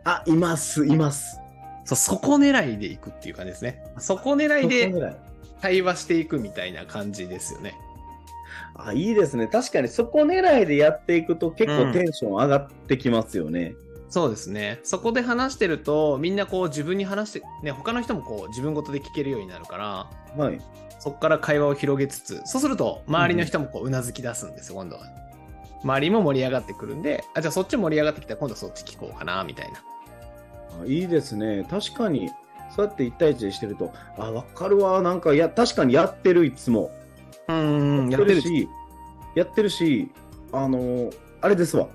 Speaker 1: あ、います、います。
Speaker 2: そうそこ狙いでいくっていう感じですねそこ狙い
Speaker 1: そこ
Speaker 2: で
Speaker 1: ぐらい
Speaker 2: 対話していくみたいな感じですよね
Speaker 1: あ、いいですね。確かにそこ狙いでやっていくと結
Speaker 2: う
Speaker 1: 構
Speaker 2: ん
Speaker 1: テンション上がってきますよね。
Speaker 2: そうですねそこで話してるとみんなこう自分に話してね他の人もこう自分ごとで聞けるようになるから
Speaker 1: はい。
Speaker 2: そこから会話を広げつつ、そうすると、周りの人もこう、うなずき出すんですよ、今度は。周りも盛り上がってくるんで、あ、じゃあそっち盛り上がってきたら今度はそっち聞こうかな、みたいな。
Speaker 1: あいいですね。確かに、そうやって1対1でしてると、あ、わかるわ。なんか、いや、確かにやってる、いつも。
Speaker 2: うん、
Speaker 1: や
Speaker 2: や
Speaker 1: っ
Speaker 2: っ
Speaker 1: る
Speaker 2: ててる
Speaker 1: し、やってるし、あのーあれですわ。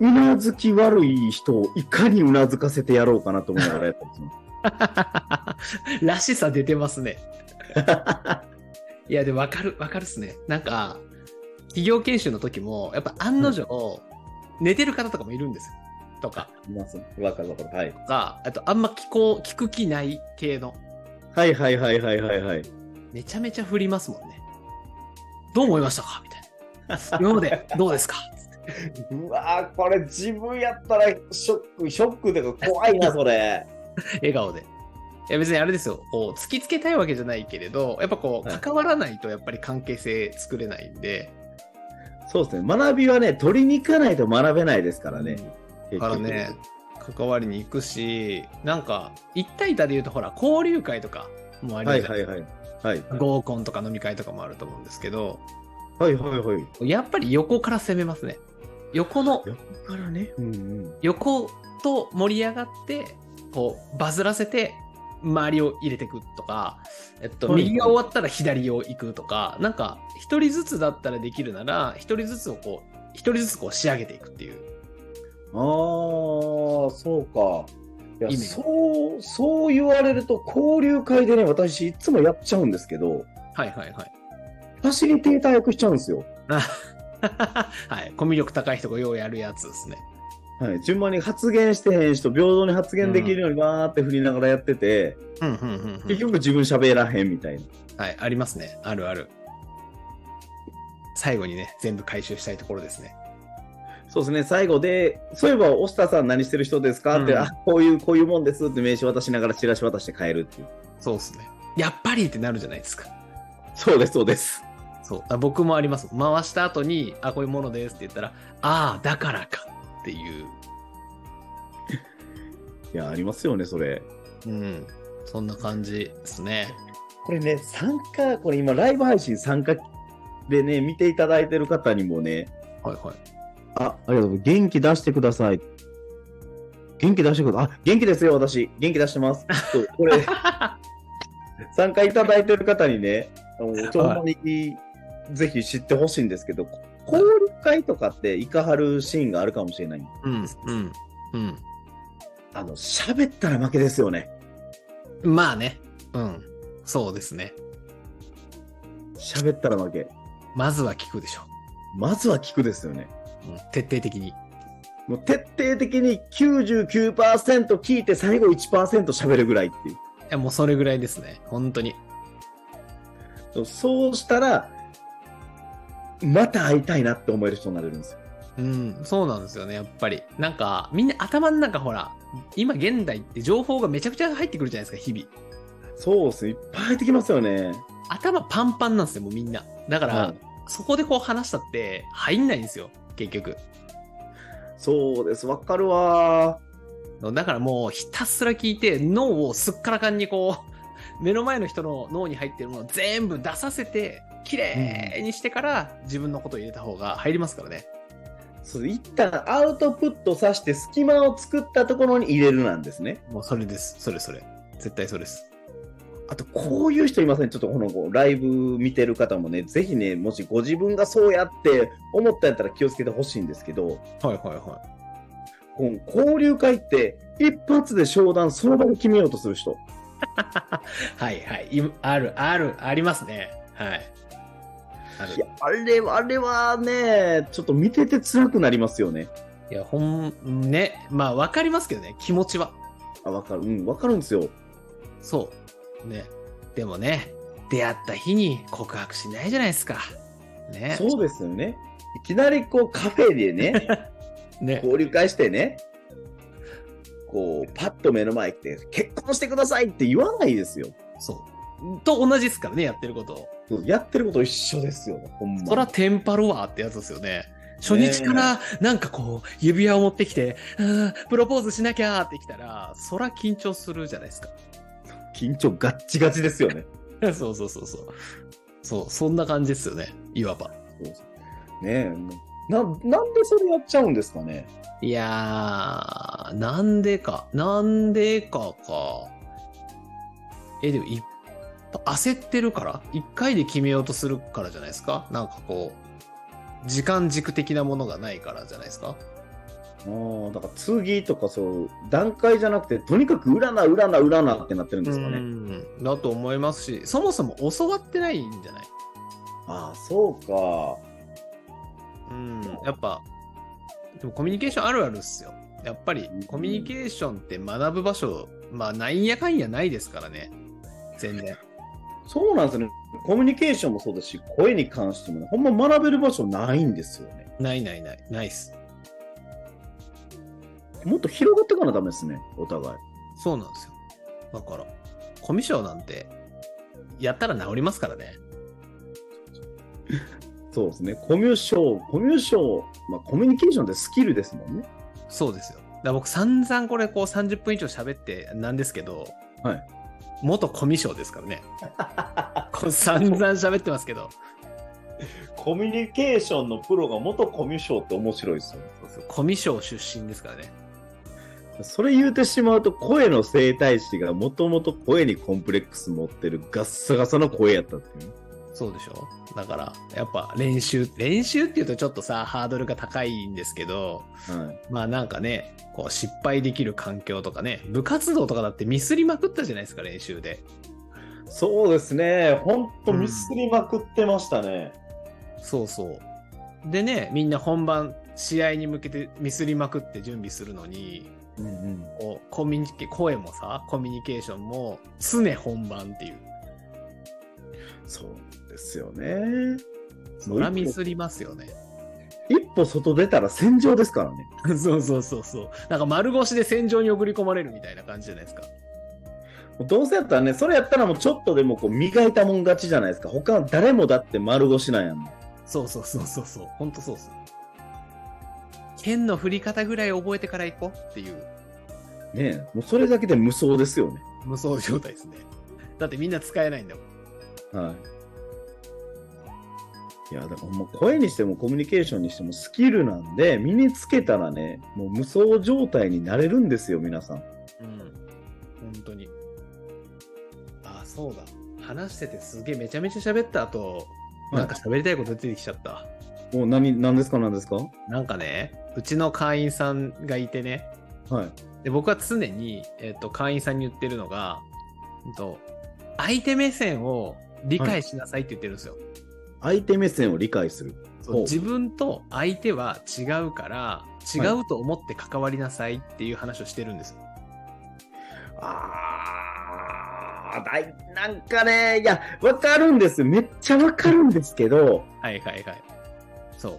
Speaker 1: うなずき悪い人をいかにうなずかせてやろうかなと思いながらやってますね。
Speaker 2: らしさ出てますね。いや、でもわかる、わかるっすね。なんか、企業研修の時も、やっぱ案の定、寝てる方とかもいるんですよ。とか、
Speaker 1: いますわかるわかる。はい。
Speaker 2: があとあんま聞こう、聞く気ない系の、
Speaker 1: はいはいはいはいはいはい。
Speaker 2: めちゃめちゃ振りますもんね。どう思いましたかみた いな。今までどうですか
Speaker 1: うわーこれ自分やったらショック、ショックで怖 いな、それ。
Speaker 2: 笑顔で。いや別にあれですよ、こう突きつけたいわけじゃないけれど、やっぱこ、
Speaker 1: はいう
Speaker 2: 関わらないとやっぱり関係性作れないんで、
Speaker 1: そうですね。学びはね、取りに行かないと学べないですからね。
Speaker 2: だからね、関わりに行くし、なんか、一対一で言うと、ほら、交流会とかもあ
Speaker 1: は
Speaker 2: り
Speaker 1: い
Speaker 2: じゃ
Speaker 1: は
Speaker 2: ないい
Speaker 1: はい。はい
Speaker 2: 合コンとか飲み会とかもあると思うんですけど、
Speaker 1: はいはいはい。
Speaker 2: やっぱり横から攻めますね。横の、
Speaker 1: 横からね。うんうん。
Speaker 2: 横と盛り上がって、こう、バズらせて、周りを入れていくとか、えっと、
Speaker 1: はい
Speaker 2: 右が終わったら左を行くとか、なんか、一人ずつだったらできるなら、一人ずつをこう、一人ずつこう仕上げていくっていう。
Speaker 1: ああ、そうか。いや
Speaker 2: 意味
Speaker 1: そう、そう言われると、交流会でね、私、いつもやっちゃうんですけど、
Speaker 2: はいはいはい。
Speaker 1: ファシリテーター役しちゃうんですよ。
Speaker 2: はい。コミュ力高い人がようやるやつですね。
Speaker 1: はい、順番に発言してへん人、平等に発言できるようにわーって振りながらやってて、
Speaker 2: うんうんうん、
Speaker 1: 結局自分喋らへんみたいな。
Speaker 2: はい。ありますね。あるある。最後にね、全部回収したいところですね。
Speaker 1: そうですね、最後で、そういえば、押田さん何してる人ですかって、
Speaker 2: うん
Speaker 1: あ、こういう、こういうもんですって名刺渡しながらチラシ渡して帰るっていう。
Speaker 2: そうですね。やっぱりってなるじゃないですか。
Speaker 1: そうです、そうです。
Speaker 2: そう。あ僕もあります。回した後に、あ、こういうものですって言ったら、ああ、だからかっていう。
Speaker 1: いや、ありますよね、それ。
Speaker 2: うん。そんな感じですね。
Speaker 1: これね、参加、これ今、ライブ配信参加でね、見ていただいてる方にもね、
Speaker 2: はいはい。
Speaker 1: あ、ありがとう。元気出してください。元気出してください。あ、元気ですよ、私。元気出してます。そうこれ、参加いただいてる方にね、あのちょほんまに、ぜひ知ってほしいんですけど、交流会とかって、いかはるシーンがあるかもしれない。
Speaker 2: うん、うん、うん。
Speaker 1: あの、喋ったら負けですよね。
Speaker 2: まあね。うん。そうですね。
Speaker 1: 喋ったら負け。
Speaker 2: まずは聞くでしょ。
Speaker 1: まずは聞くですよね。
Speaker 2: うん、徹底的に。
Speaker 1: もう徹底的に99%聞いて最後1%喋るぐらいっていう。
Speaker 2: いや、もうそれぐらいですね。本当に。
Speaker 1: そうしたら、また会いたいなって思える人になれるんですよ。
Speaker 2: うん、そうなんですよね、やっぱり。なんか、みんな頭の中ほら、今現代って情報がめちゃくちゃ入ってくるじゃないですか、日々。
Speaker 1: そうですね。いっぱい入ってきますよね。
Speaker 2: 頭パンパンなんですよ、もうみんな。だから、
Speaker 1: うん
Speaker 2: そこでこう話したって入んないんですよ、結局。
Speaker 1: そうです。わかるわ
Speaker 2: だからもうひたすら聞いて、脳をすっからかんにこう、 目の前の人の脳に入ってるものを全部出させて、綺麗にしてから自分のことを入れた方が入りますからね。
Speaker 1: ー。そう一旦アウトプットさして隙間を作ったところに入れるなんですね。
Speaker 2: もうそれです、それそれ。絶対そうです。
Speaker 1: あと、こういう人いません。ちょっとこのこうライブ見てる方もね、ぜひね、もしご自分がそうやって思ったんやったら気をつけてほしいんですけど、
Speaker 2: はいはいはい。
Speaker 1: この交流会って一発で商談その場で決めようとする人。
Speaker 2: はいはい。いある、ある、ありますね。はい。ある
Speaker 1: いや、あれは、あれはね、ちょっと見てて辛くなりますよね。
Speaker 2: いや、ほん、ね。まあ、わかりますけどね、気持ちは。
Speaker 1: あ、わかる。うん、わかるんですよ。
Speaker 2: そう。ね。でもね、出会った日に告白しないじゃないですか。ね。
Speaker 1: そうですよね。いきなりこうカフェでね、
Speaker 2: ね。
Speaker 1: 交流会してね、こう、パッと目の前来て、結婚してくださいって言わないですよ。
Speaker 2: そう。と同じですからね、やってること。
Speaker 1: そうやってること一緒ですよ、ほん
Speaker 2: そら、
Speaker 1: ま。
Speaker 2: テンパるわってやつですよね。初日から、なんかこう、指輪を持ってきて、あープロポーズしなきゃーってきたら、そら緊張するじゃないですか。
Speaker 1: 緊張ガッチガチですよね。
Speaker 2: そうそうそうそう。そう、そんな感じですよね。いわば。
Speaker 1: そうそうねえもうな、なんでそれやっちゃうんですかね。
Speaker 2: いやー、なんでか、なんでかか。え、でも、い焦ってるから一回で決めようとするからじゃないですかなんかこう、時間軸的なものがないからじゃないです
Speaker 1: あ
Speaker 2: か
Speaker 1: あ、だから次とかそう、段階じゃなくて、とにかく占う、占う、占うってなってるんですか
Speaker 2: う
Speaker 1: ね。
Speaker 2: んだと思いますし、そもそも教わってないんじゃない
Speaker 1: ああ、そうか。
Speaker 2: うん、やっぱ、でもコミュニケーションあるあるっすよ。やっぱり
Speaker 1: うん
Speaker 2: コミュニケーションって学ぶ場所、まあなんやかんやないですからね。全然。
Speaker 1: そうなんですよね。コミュニケーションもそうですし、声に関してもね、ほんま学べる場所ないんですよね。
Speaker 2: ないないない、ないっす。
Speaker 1: もっと広がっていかなダメですね、お互い。
Speaker 2: そうなんですよ。だから、コミュ障なんて、やったら治りますからね。
Speaker 1: そうですね。コミュ障、コミュ障、まあコミュニケーションってスキルですもんね。
Speaker 2: そうですよ。だから僕散々これこう30分以上喋ってなんですけど、
Speaker 1: はい
Speaker 2: 元コミュ障ですからね。こう散々喋ってますけど、
Speaker 1: コミュニケーションのプロが元コミュ障って面白いですよね。
Speaker 2: コミュ障出身ですからね。
Speaker 1: それ言うてしまうと、声の生態師がもともと声にコンプレックス持ってるガッサガサの声やったっていうね。
Speaker 2: そうでしょだから、やっぱ練習、練習っていうとちょっとさ、ハードルが高いんですけど、
Speaker 1: はい。
Speaker 2: まあなんかね、こう失敗できる環境とかね、部活動とかだってミスりまくったじゃないですか、練習で。
Speaker 1: そうですね。ほんとミスりまくってましたね。
Speaker 2: そうそう。でね、みんな本番、試合に向けてミスりまくって準備するのに、
Speaker 1: うんうん。
Speaker 2: こうコミュニケ声もさ、コミュニケーションも常本番っていう。
Speaker 1: そうですよね。
Speaker 2: そらミスりますよね。
Speaker 1: 一歩外出たら戦場ですからね。
Speaker 2: そうそうそうそう。なんか丸腰で戦場に送り込まれるみたいな感じじゃないですか。
Speaker 1: もうどうせやったらね、それやったらもうちょっとでもこう磨いたもん勝ちじゃないですか。他誰もだって丸腰なんやもん。
Speaker 2: そうそうそうそうそう。ほんとそうっす。剣の振り方ぐらい覚えてから行こうっていう
Speaker 1: ねえもうそれだけで無双ですよね。
Speaker 2: 無双状態ですね。だってみんな使えないんだもん。
Speaker 1: はい。いや、だからもう声にしてもコミュニケーションにしてもスキルなんで、身につけたらね、もう無双状態になれるんですよ、皆さん。
Speaker 2: うん。本当に。あ、そうだ。話しててすげえめちゃめちゃ喋った後、
Speaker 1: はい
Speaker 2: なんか喋りたいこと出てきちゃった。
Speaker 1: もう何、何ですか、何ですか
Speaker 2: なんかね、うちの会員さんがいてね、
Speaker 1: はい。
Speaker 2: で僕は常に、えっと会員さんに言ってるのが、うんと、相手目線を理解しなさいって言ってるんですよ。
Speaker 1: 相手目線を理解する。
Speaker 2: そう
Speaker 1: ほう
Speaker 2: 自分と相手は違うから違うと思って関わりなさいっていう話をしてるんですよ、
Speaker 1: ああ、だいなんかね、いや、わかるんです。めっちゃわかるんですけど、
Speaker 2: はい、はいはいそう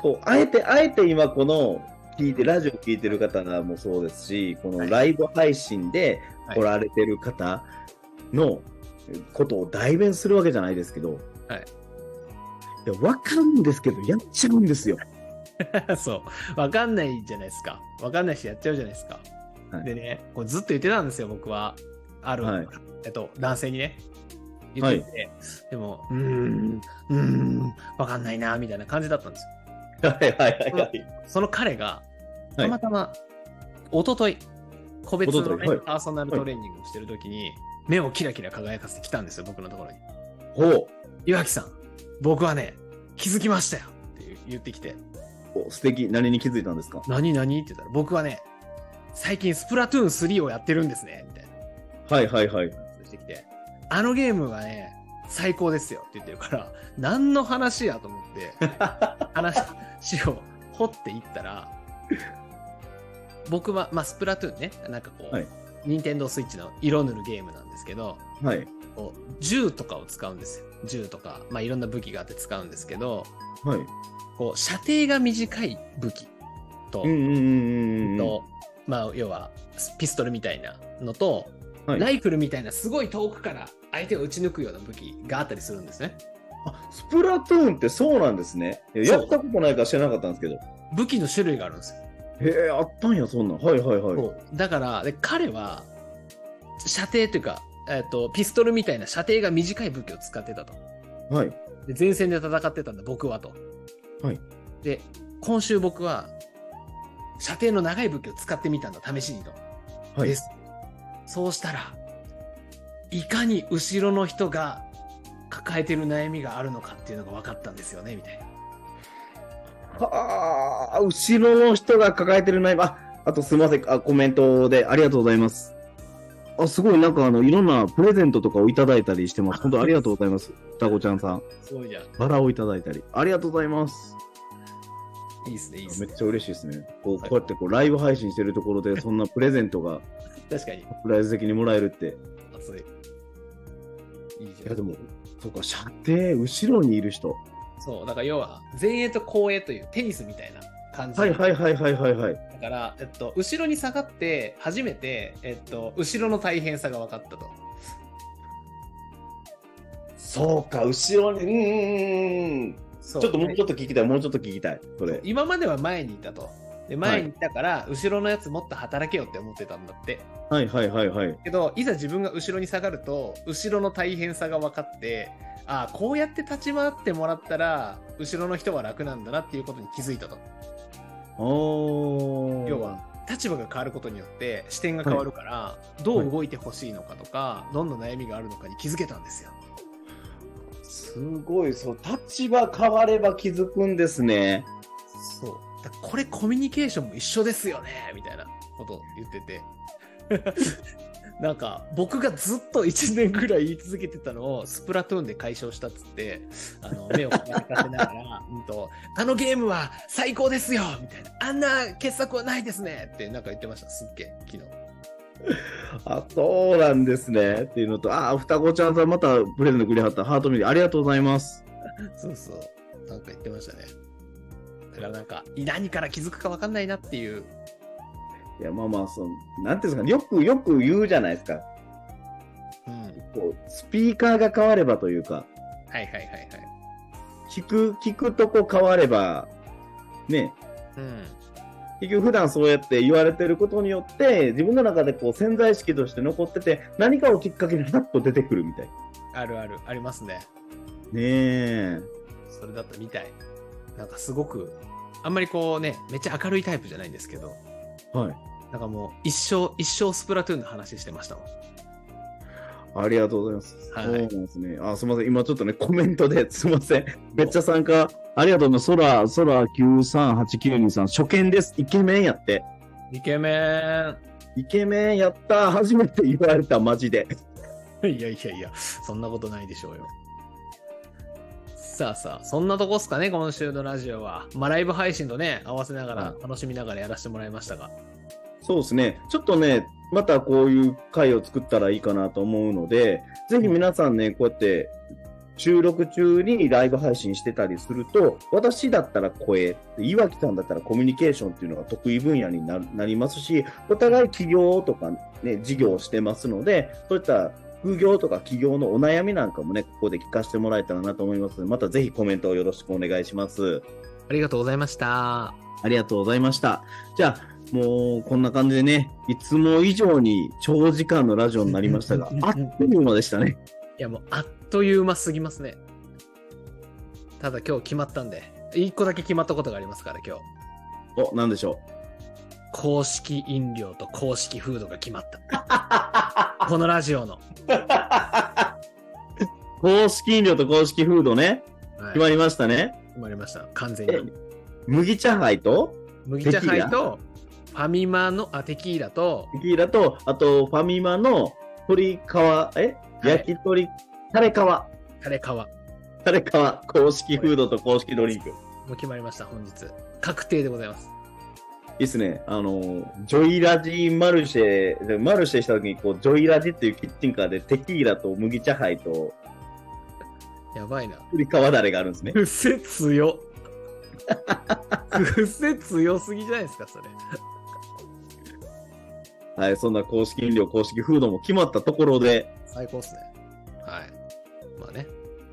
Speaker 1: こう、あえて、あえて今この、聞いて、ラジオ聞いてる方もそうですし、このライブ配信で
Speaker 2: はい
Speaker 1: 来られてる方のことを代弁するわけじゃないですけど、
Speaker 2: はい。
Speaker 1: いや、わかるんですけど、やっちゃうんですよ。
Speaker 2: そう。わかんないじゃないですか。わかんないし、やっちゃうじゃないですか。
Speaker 1: はい
Speaker 2: でね、こうずっと言ってたんですよ、僕は。ある、
Speaker 1: はい
Speaker 2: えっと、男性にね。言ってて、でも、うーん、うーん、わかんないな、みたいな感じだったんですよ。
Speaker 1: はいはいはいはい。
Speaker 2: その彼が、
Speaker 1: は
Speaker 2: た
Speaker 1: い
Speaker 2: またま、一昨日個別の、
Speaker 1: 一
Speaker 2: ね
Speaker 1: 昨日はい
Speaker 2: パーソナルトレーニングをしてる時に、目をキラキラ輝かせてきたんですよ、僕のところに。
Speaker 1: ほう
Speaker 2: 岩木さん、僕はね、気づきましたよって言ってきて。
Speaker 1: お。素敵。何に気づいたんですか
Speaker 2: 何何って言ったら、僕はね、最近スプラトゥーン3をやってるんですね、みたいな
Speaker 1: はいはいはい。
Speaker 2: 話をしてきて、あのゲームがね、最高ですよって言ってるから、何の話やと思って、 話を掘っていったら、僕は、まあ、スプラトゥーンね、なんかこう、
Speaker 1: はい
Speaker 2: ニンテンドースイッチの色塗るゲームなんですけど、
Speaker 1: はい。
Speaker 2: こう銃とかを使うんですよ。銃とか、まあ、いろんな武器があって使うんですけど、
Speaker 1: はい。
Speaker 2: こう、射程が短い武器と、
Speaker 1: うんうんうんうんうん。
Speaker 2: と、まあ、要はピストルみたいなのと、
Speaker 1: はい
Speaker 2: ライフルみたいなすごい遠くから相手を撃ち抜くような武器があったりするんですね
Speaker 1: あスプラトゥーンってそうなんですね。いや
Speaker 2: そう
Speaker 1: やったことないから知らなかったんですけど。
Speaker 2: 武器の種類があるんですよ、
Speaker 1: へえ、あったんや、そんなん。はいはいはい。
Speaker 2: そうだからで彼は射程というか、えっとピストルみたいな射程が短い武器を使ってたと
Speaker 1: はい。
Speaker 2: で前線で戦ってたんだ僕はと、
Speaker 1: はい
Speaker 2: で今週僕は射程の長い武器を使ってみたんだ試しにと
Speaker 1: はい。
Speaker 2: です。そうしたら、いかに後ろの人が抱えてる悩みがあるのかっていうのが分かったんですよね、みたいな。
Speaker 1: はあ、後ろの人が抱えてる悩み。あ、あとすみません。あ、コメントでありがとうございます。あ、すごい、なんかあの、いろんなプレゼントとかをいただいたりしてます。本当ありがとうございます。タコちゃんさん。
Speaker 2: すごいじゃん。
Speaker 1: バラをいただいたり。ありがとうございます。
Speaker 2: いいですね、いいです
Speaker 1: め
Speaker 2: ね
Speaker 1: っ。ちゃ嬉しいですね。こう、
Speaker 2: は
Speaker 1: こ
Speaker 2: いう
Speaker 1: やってこう、ライブ配信してるところ で、そんなプレゼントが、
Speaker 2: 確かに、
Speaker 1: プライズ的にもらえるって。
Speaker 2: 熱い。いい
Speaker 1: い
Speaker 2: じゃ
Speaker 1: やで
Speaker 2: ん。
Speaker 1: も、そうか、射程、後ろにいる人。
Speaker 2: そう、だから要は、前衛と後衛というテニスみたいな感じ。
Speaker 1: はいはいはいはいはいはい。
Speaker 2: だから、えっと、後ろに下がって、初めて、えっと、後ろの大変さが分かったと。
Speaker 1: そうか、後ろに、うんうんうん。
Speaker 2: そ
Speaker 1: ちょっともうちょっと聞きたい、もうちょっと聞きたい。それ。
Speaker 2: 今までは前にいたと。で、前にいたから、後ろのやつもっと働けよって思ってたんだって。
Speaker 1: はいはいはいはい。
Speaker 2: けどいざ自分が後ろに下がると後ろの大変さが分かってああこうやって立ち回ってもらったら後ろの人は楽なんだなっていうことに気づいたと
Speaker 1: おー。
Speaker 2: 要は。立場が変わることによって視点が変わるから、どう動いてほしいのかとか、どんな悩みがあるのかに気づけたんですよ
Speaker 1: すごい、そう、立場変われば気づくんですね。
Speaker 2: そう。だこれコミュニケーションも一緒ですよねみたいなこと言って て。なんか、僕がずっと1年ぐらい言い続けてたのを、スプラトゥーンで解消したっつって、あの、目を輝かせながら、うんと、あのゲームは最高ですよみたいな。あんな傑作はないですねってなんか言ってました。すっげえ、昨日。
Speaker 1: あ、そうなんですね。っていうのと、あ、双子ちゃんさんまたプレゼントくれはった。ハートミルありがとうございます。
Speaker 2: そうそう。なんか言ってましたね。だからなんか、何から気づくか分かんないなっていう。
Speaker 1: いや、まあまあ、その、なんていうんですかね、よくよく言うじゃないですか。
Speaker 2: うん。はい
Speaker 1: こう、スピーカーが変わればというか、
Speaker 2: はいはいはい。
Speaker 1: 聞く、聞くとこ変われば、ね、
Speaker 2: うん。
Speaker 1: 結局普段そうやって言われてることによって、自分の中でこう潜在意識として残ってて、何かをきっかけにパッと出てくるみたい。
Speaker 2: あるある、ありますね。
Speaker 1: ねえ。
Speaker 2: それだったみたい。なんかすごく、あんまりこうね、めっちゃ明るいタイプじゃないんですけど、
Speaker 1: はい。
Speaker 2: なんかもう一生、一生スプラトゥーンの話してましたもん。
Speaker 1: ありがとうございます。
Speaker 2: はい
Speaker 1: そうなんですね。あ、すみません。今ちょっとね、コメントですみ ません。めっちゃ参加。ありがとうございます。ソラ、ソラ938923さん、初見です。イケメンやって。
Speaker 2: イケメ
Speaker 1: イケメンやった。初めて言われた、マジで。
Speaker 2: ンいやいやいや、そんなことないでしょうよ。さあさあ、そんなとこっすかね、今週のラジオは。まあ、ライブ配信とね、合わせながら、
Speaker 1: は
Speaker 2: 楽しみながらやらせてもらいましたが。
Speaker 1: そうですね。ちょっとね、またこういう回を作ったらいいかなと思うので、ぜひ皆さんね、こうやって収録中にライブ配信してたりすると、私だったら声、岩木さんだったらコミュニケーションっていうのが得意分野になるなりますし、お互い起業とかね、事業をしてますので、そういった副業とか起業のお悩みなんかもね、ここで聞かせてもらえたらなと思いますので、またぜひコメントをよろしくお願いします。
Speaker 2: ありがとうございました。、
Speaker 1: ありがとうございました。じゃあ、もうこんな感じでね、いつも以上に長時間のラジオになりましたが あっという間でしたね。
Speaker 2: いやもうあっという間すぎますね。ただ今日決まったんで、一個だけ決まったことがありますから今日。
Speaker 1: お、なんでしょ
Speaker 2: 公式飲料と公式フードが決まった。 このラジオの。
Speaker 1: う。公式飲料と公式フードね、
Speaker 2: はい
Speaker 1: 決まりましたね。
Speaker 2: 決まりました。完全に。
Speaker 1: 麦茶杯と
Speaker 2: 麦茶杯と、ファミマの、あ、テキーラと、
Speaker 1: テキーラと、あとファミマの鶏皮、え
Speaker 2: い
Speaker 1: 焼き鳥、タレ皮、
Speaker 2: タレカワ。
Speaker 1: タレ皮、公式フードと公式ドリンク。い
Speaker 2: もう決まりました、本日。確定でございます。
Speaker 1: いっすね。あの、ジョイラジマルシェ、でマルシェした時に、こう、ジョイラジっていうキッチンカーでテキーラと麦茶杯と
Speaker 2: やばいな。
Speaker 1: 鶏皮だれがあるんです ね。
Speaker 2: 癖強。癖強すぎじゃないですか、それ。
Speaker 1: はい、そんな公式飲料、公式フードも決まったところで、
Speaker 2: 最高っすね。はい。まあね、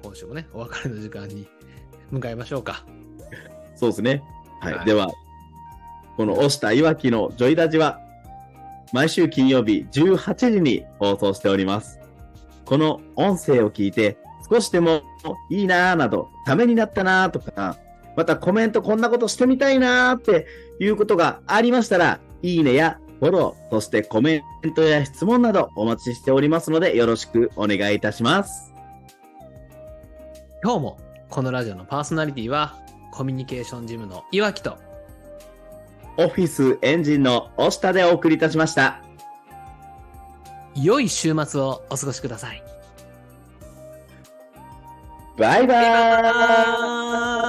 Speaker 2: 今週もね、お別れの時間に向かいましょうか。
Speaker 1: そうですね。はい、
Speaker 2: はい
Speaker 1: では、この押したいわきのジョイラジは、毎週金曜日18時に放送しております。この音声を聞いて、少しでもいいなぁなど、ためになったなぁとか、またコメントこんなことしてみたいなぁっていうことがありましたら、いいねやフォロー、そしてコメントや質問などお待ちしておりますので、よろしくお願いいたします。
Speaker 2: 今日もこのラジオのパーソナリティはコミュニケーションジムのいわきと
Speaker 1: オフィスエンジンの押下でお送りいたしました。
Speaker 2: 良い週末をお過ごしください。
Speaker 1: バイバーイ